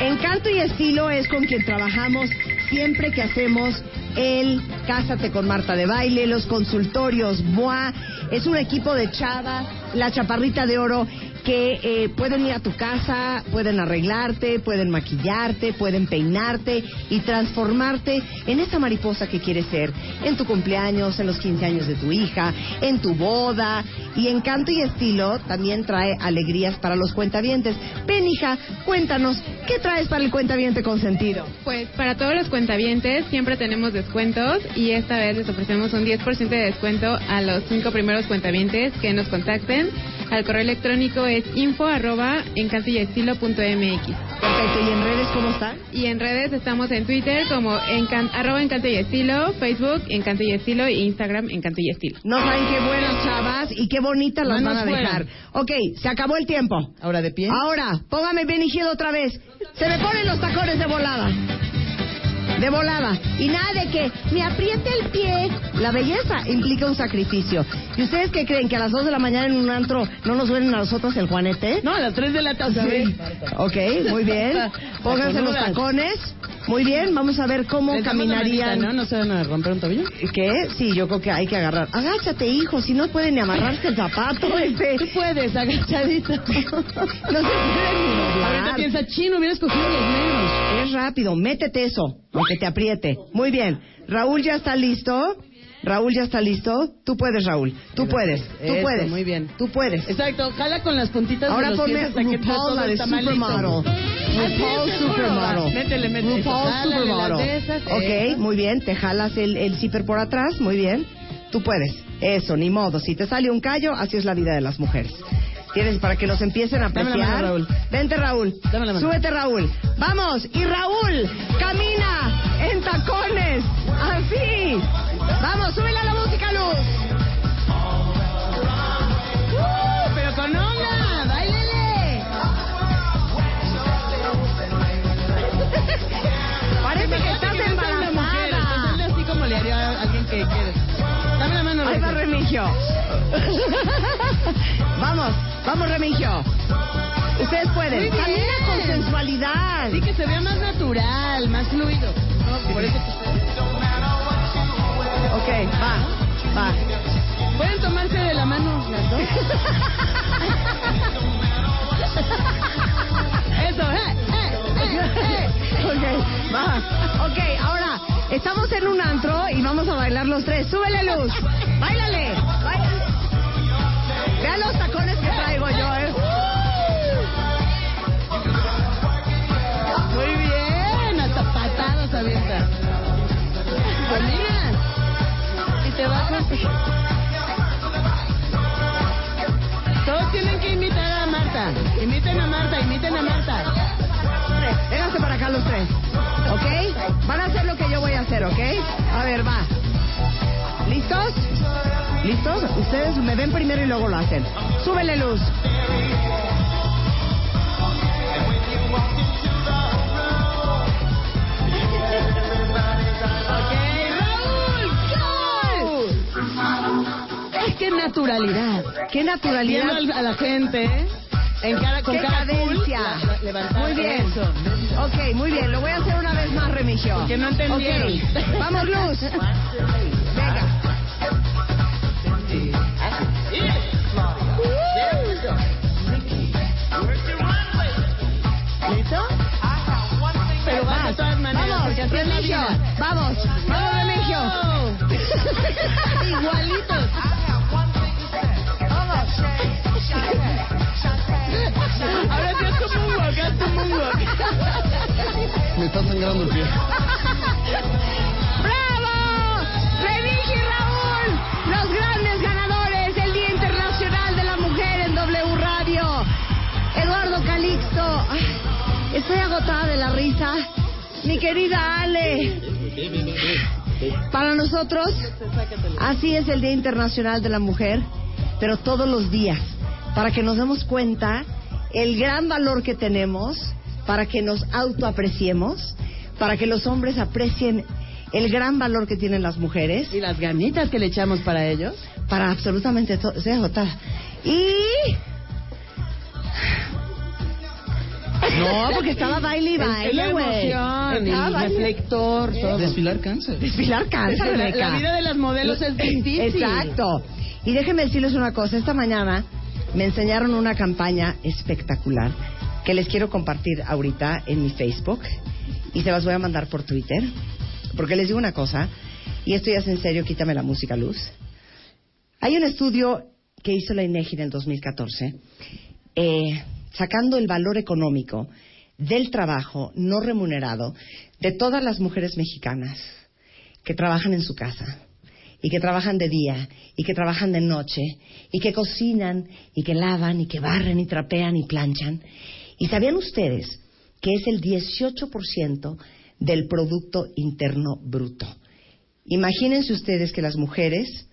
B: Encanto y estilo es con quien trabajamos siempre que hacemos el Cásate con Marta de Baile, los consultorios, Boa, es un equipo de chavas, la chaparrita de oro, que eh, pueden ir a tu casa, pueden arreglarte, pueden maquillarte, pueden peinarte y transformarte en esa mariposa que quieres ser, en tu cumpleaños, en los 15 años de tu hija, en tu boda. Y Encanto y Estilo también trae alegrías para los cuentavientes. Ven, hija, cuéntanos, ¿qué traes para el cuentaviente consentido?
K: Pues para todos los cuentavientes siempre tenemos descuentos y esta vez les ofrecemos un 10% de descuento a los cinco primeros cuentavientes que nos contacten. Al correo electrónico es info arroba encantoyestilo.mx.
B: Perfecto, ¿y en redes cómo están?
K: Y en redes estamos en Twitter como encan- arroba encanto y estilo, Facebook encanto y estilo e Instagram encanto y estilo.
B: No saben qué buenas chavas y qué bonitas las
K: Manos
B: van a dejar. Ok, se acabó el tiempo.
M: Ahora de pie.
B: Ahora, póngame bien higido otra vez. Se me ponen los tacones de volada. De volada. Y nada de que me apriete el pie. La belleza implica un sacrificio. ¿Y ustedes qué creen? ¿Que a las 2 de la mañana en un antro no nos suenen a nosotros el juanete?
M: No, a las 3 de la tarde.
B: Ok, muy bien. Pónganse los tacones. Muy bien, vamos a ver cómo
M: Les damos la
B: caminarían.
M: manita, ¿No? ¿No se van a romper un tobillo?
B: ¿Qué? Sí, yo creo que hay que agarrar. Agáchate, hijo, si no pueden ni amarrarse el zapato. Este. Tú
M: puedes, agachadita. no se
B: pueden ni
M: Ahorita piensa, chino, hubieras cogido los negros.
B: Es rápido, métete eso, aunque te apriete. Muy bien. Raúl ya está listo. Raúl ya está listo. Tú puedes, Raúl. Tú puedes. Tú
M: Eso,
B: puedes.
M: muy bien.
B: Tú puedes.
M: Exacto, jala con las puntitas
B: Ahora
M: de los
B: ponme
M: pies hasta que todo
B: RuPaul, la de
M: está malito.
B: Supermodel. RuPaul
M: Así es, seguro.
B: Supermodel.
M: Métele, métele.
B: RuPaul
M: Jálale las de
B: Supermodel.
M: esas,
B: Ok,
M: esas.
B: muy bien. Te jalas el, el zipper por atrás. Muy bien. Tú puedes. Eso, ni modo. Si te sale un callo, así es la vida de las mujeres. Tienes para que nos empiecen a
M: Dame la
B: apreciar.
M: mano, Raúl.
B: Vente, Raúl.
M: Dame la mano.
B: Súbete, Raúl. Vamos. Y Raúl, camina en tacones. Así. Vamos, súbele a la música, Luz.
M: ¡Uh! ¡Pero con onda! ¡Báilele!
B: Parece que estás embarazada.
M: Hazle así como le haría a alguien que quieres. Dame la mano,
B: Ahí va
M: Raúl.
B: Remigio. vamos, vamos Remigio. Ustedes pueden.
M: Muy bien.
B: Camina con sensualidad.
M: Así que se vea más natural, más fluido. No, por eso
B: Ok, va, va.
M: Pueden tomarse de la mano las dos. Eso, eh, eh, eh, eh.
B: Ok, va. Ok, ahora estamos en un antro y vamos a bailar los tres. Súbele luz. Báilale. Báilale. Vean los tacones que traigo yo, eh.
M: Muy bien, hasta patadas Pues abiertas. Amigas, si te bajas. Todos tienen que imitar a Marta. Imiten a Marta, imiten a Marta.
B: Vénganse para acá los tres. ¿Ok? Van a hacer lo que yo voy a hacer, ¿ok? A ver, va. ¿Listos? ¿Listos? Ustedes me ven primero y luego lo hacen. Súbele luz.
M: Es que naturalidad.
B: ¡Qué
M: Viendo
B: naturalidad!
M: al- a la gente. ¿eh? En cara, con
B: ¡Qué
M: cara cool,
B: cadencia!
M: la- la- levantar
B: Muy bien.
M: eso.
B: Ok, muy bien. Lo voy a hacer una vez más, Remigio.
M: Que no entendieron.
B: Ok. Vamos, Luz. Venga.
M: ¿Listo? Pero vas de todas maneras,
B: Vamos,
M: porque así es la
B: Remigio.
M: vida.
B: Vamos. Vamos, Remigio.
M: Igualitos. Ahora sí es como un walk, haz como un walk.
C: Me está sangrando el pie.
B: ¡Bravo! Remigio y Raúl, los grandes ganadores del Día Internacional de la Mujer en W Radio. Eduardo Calixto, ay, estoy agotada de la risa. Mi querida Ale, para nosotros así es el Día Internacional de la Mujer, pero todos los días, para que nos demos cuenta el gran valor que tenemos, para que nos autoapreciemos, para que los hombres aprecien el gran valor que tienen las mujeres
M: ¿Y las ganitas que le echamos para ellos?
B: para absolutamente todo. Estoy agotada. Y. No, porque estaba baile y
M: Es- es la
B: baile, güey.
M: emoción, en el
B: Ah, vaya.
M: reflector,
B: ¿Eh?
M: todo.
O: Desfilar cansa.
B: Desfilar cáncer,
M: La-
B: Rebeca.
M: la vida de las modelos es difícil.
B: Exacto. Y déjenme decirles una cosa. Esta mañana me enseñaron una campaña espectacular que les quiero compartir ahorita en mi Facebook y se las voy a mandar por Twitter. Porque les digo una cosa, y esto ya es en serio, quítame la música, Luz. Hay un estudio que hizo la INEGI en el 2014 eh, sacando el valor económico del trabajo no remunerado de todas las mujeres mexicanas que trabajan en su casa y que trabajan de día y que trabajan de noche y que cocinan y que lavan y que barren y trapean y planchan. ¿Y sabían ustedes que es el 18% del Producto Interno Bruto? Imagínense ustedes que las mujeres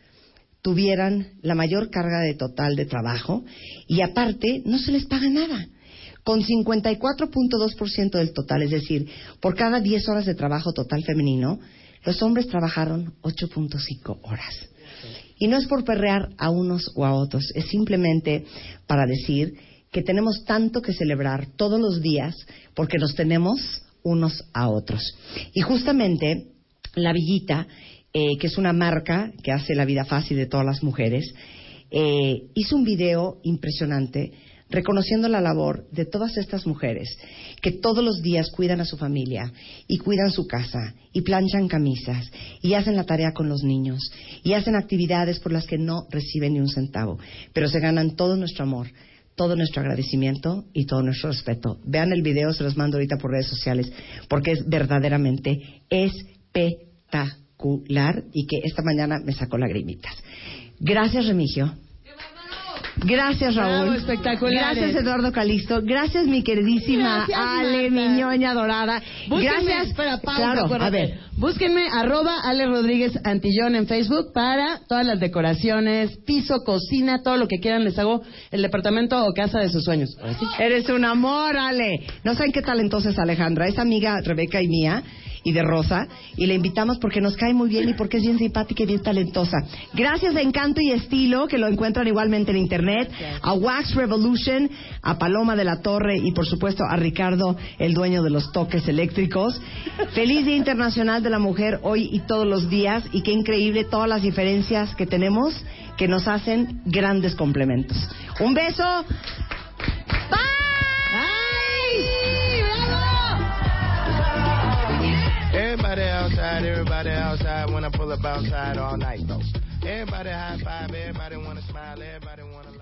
B: tuvieran la mayor carga de total de trabajo y aparte no se les paga nada. Con 54.2% del total, es decir, por cada 10 horas de trabajo total femenino, los hombres trabajaron 8.5 horas. Y no es por perrear a unos o a otros, es simplemente para decir que tenemos tanto que celebrar todos los días porque nos tenemos unos a otros. Y justamente La Villita, eh, que es una marca que hace la vida fácil de todas las mujeres, eh, hizo un video impresionante reconociendo la labor de todas estas mujeres que todos los días cuidan a su familia y cuidan su casa y planchan camisas y hacen la tarea con los niños y hacen actividades por las que no reciben ni un centavo, pero se ganan todo nuestro amor, todo nuestro agradecimiento y todo nuestro respeto. Vean el video, se los mando ahorita por redes sociales porque es verdaderamente espectacular y que esta mañana me sacó lagrimitas. Gracias Remigio. Gracias, Raúl.
M: Bravo, espectaculares.
B: Gracias, Eduardo Calisto. Gracias, mi queridísima
M: Gracias,
B: Ale,
M: Marta.
B: mi ñoña dorada.
M: Búsquenme,
B: Gracias.
M: espera, pausa,
B: claro, a
M: acuérdate.
B: ver.
M: Búsquenme arroba Ale Rodríguez Antillón en Facebook para todas las decoraciones, piso, cocina, todo lo que quieran. Les hago el departamento o casa de sus sueños. Ahora sí.
B: Eres un amor, Ale. No saben qué tal entonces Alejandra. Es amiga Rebeca y mía y de Rosa. Y la invitamos porque nos cae muy bien y porque es bien simpática y bien talentosa. Gracias a Encanto y Estilo, que lo encuentran igualmente en Internet. A Wax Revolution, a Paloma de la Torre y por supuesto a Ricardo, el dueño de los toques eléctricos. Feliz Día Internacional de la Mujer hoy y todos los días. Y qué increíble todas las diferencias que tenemos que nos hacen grandes complementos. Un beso.
E: Everybody outside, everybody outside. When I pull up outside all night though. Everybody high five, everybody wanna smile, everybody wanna lie.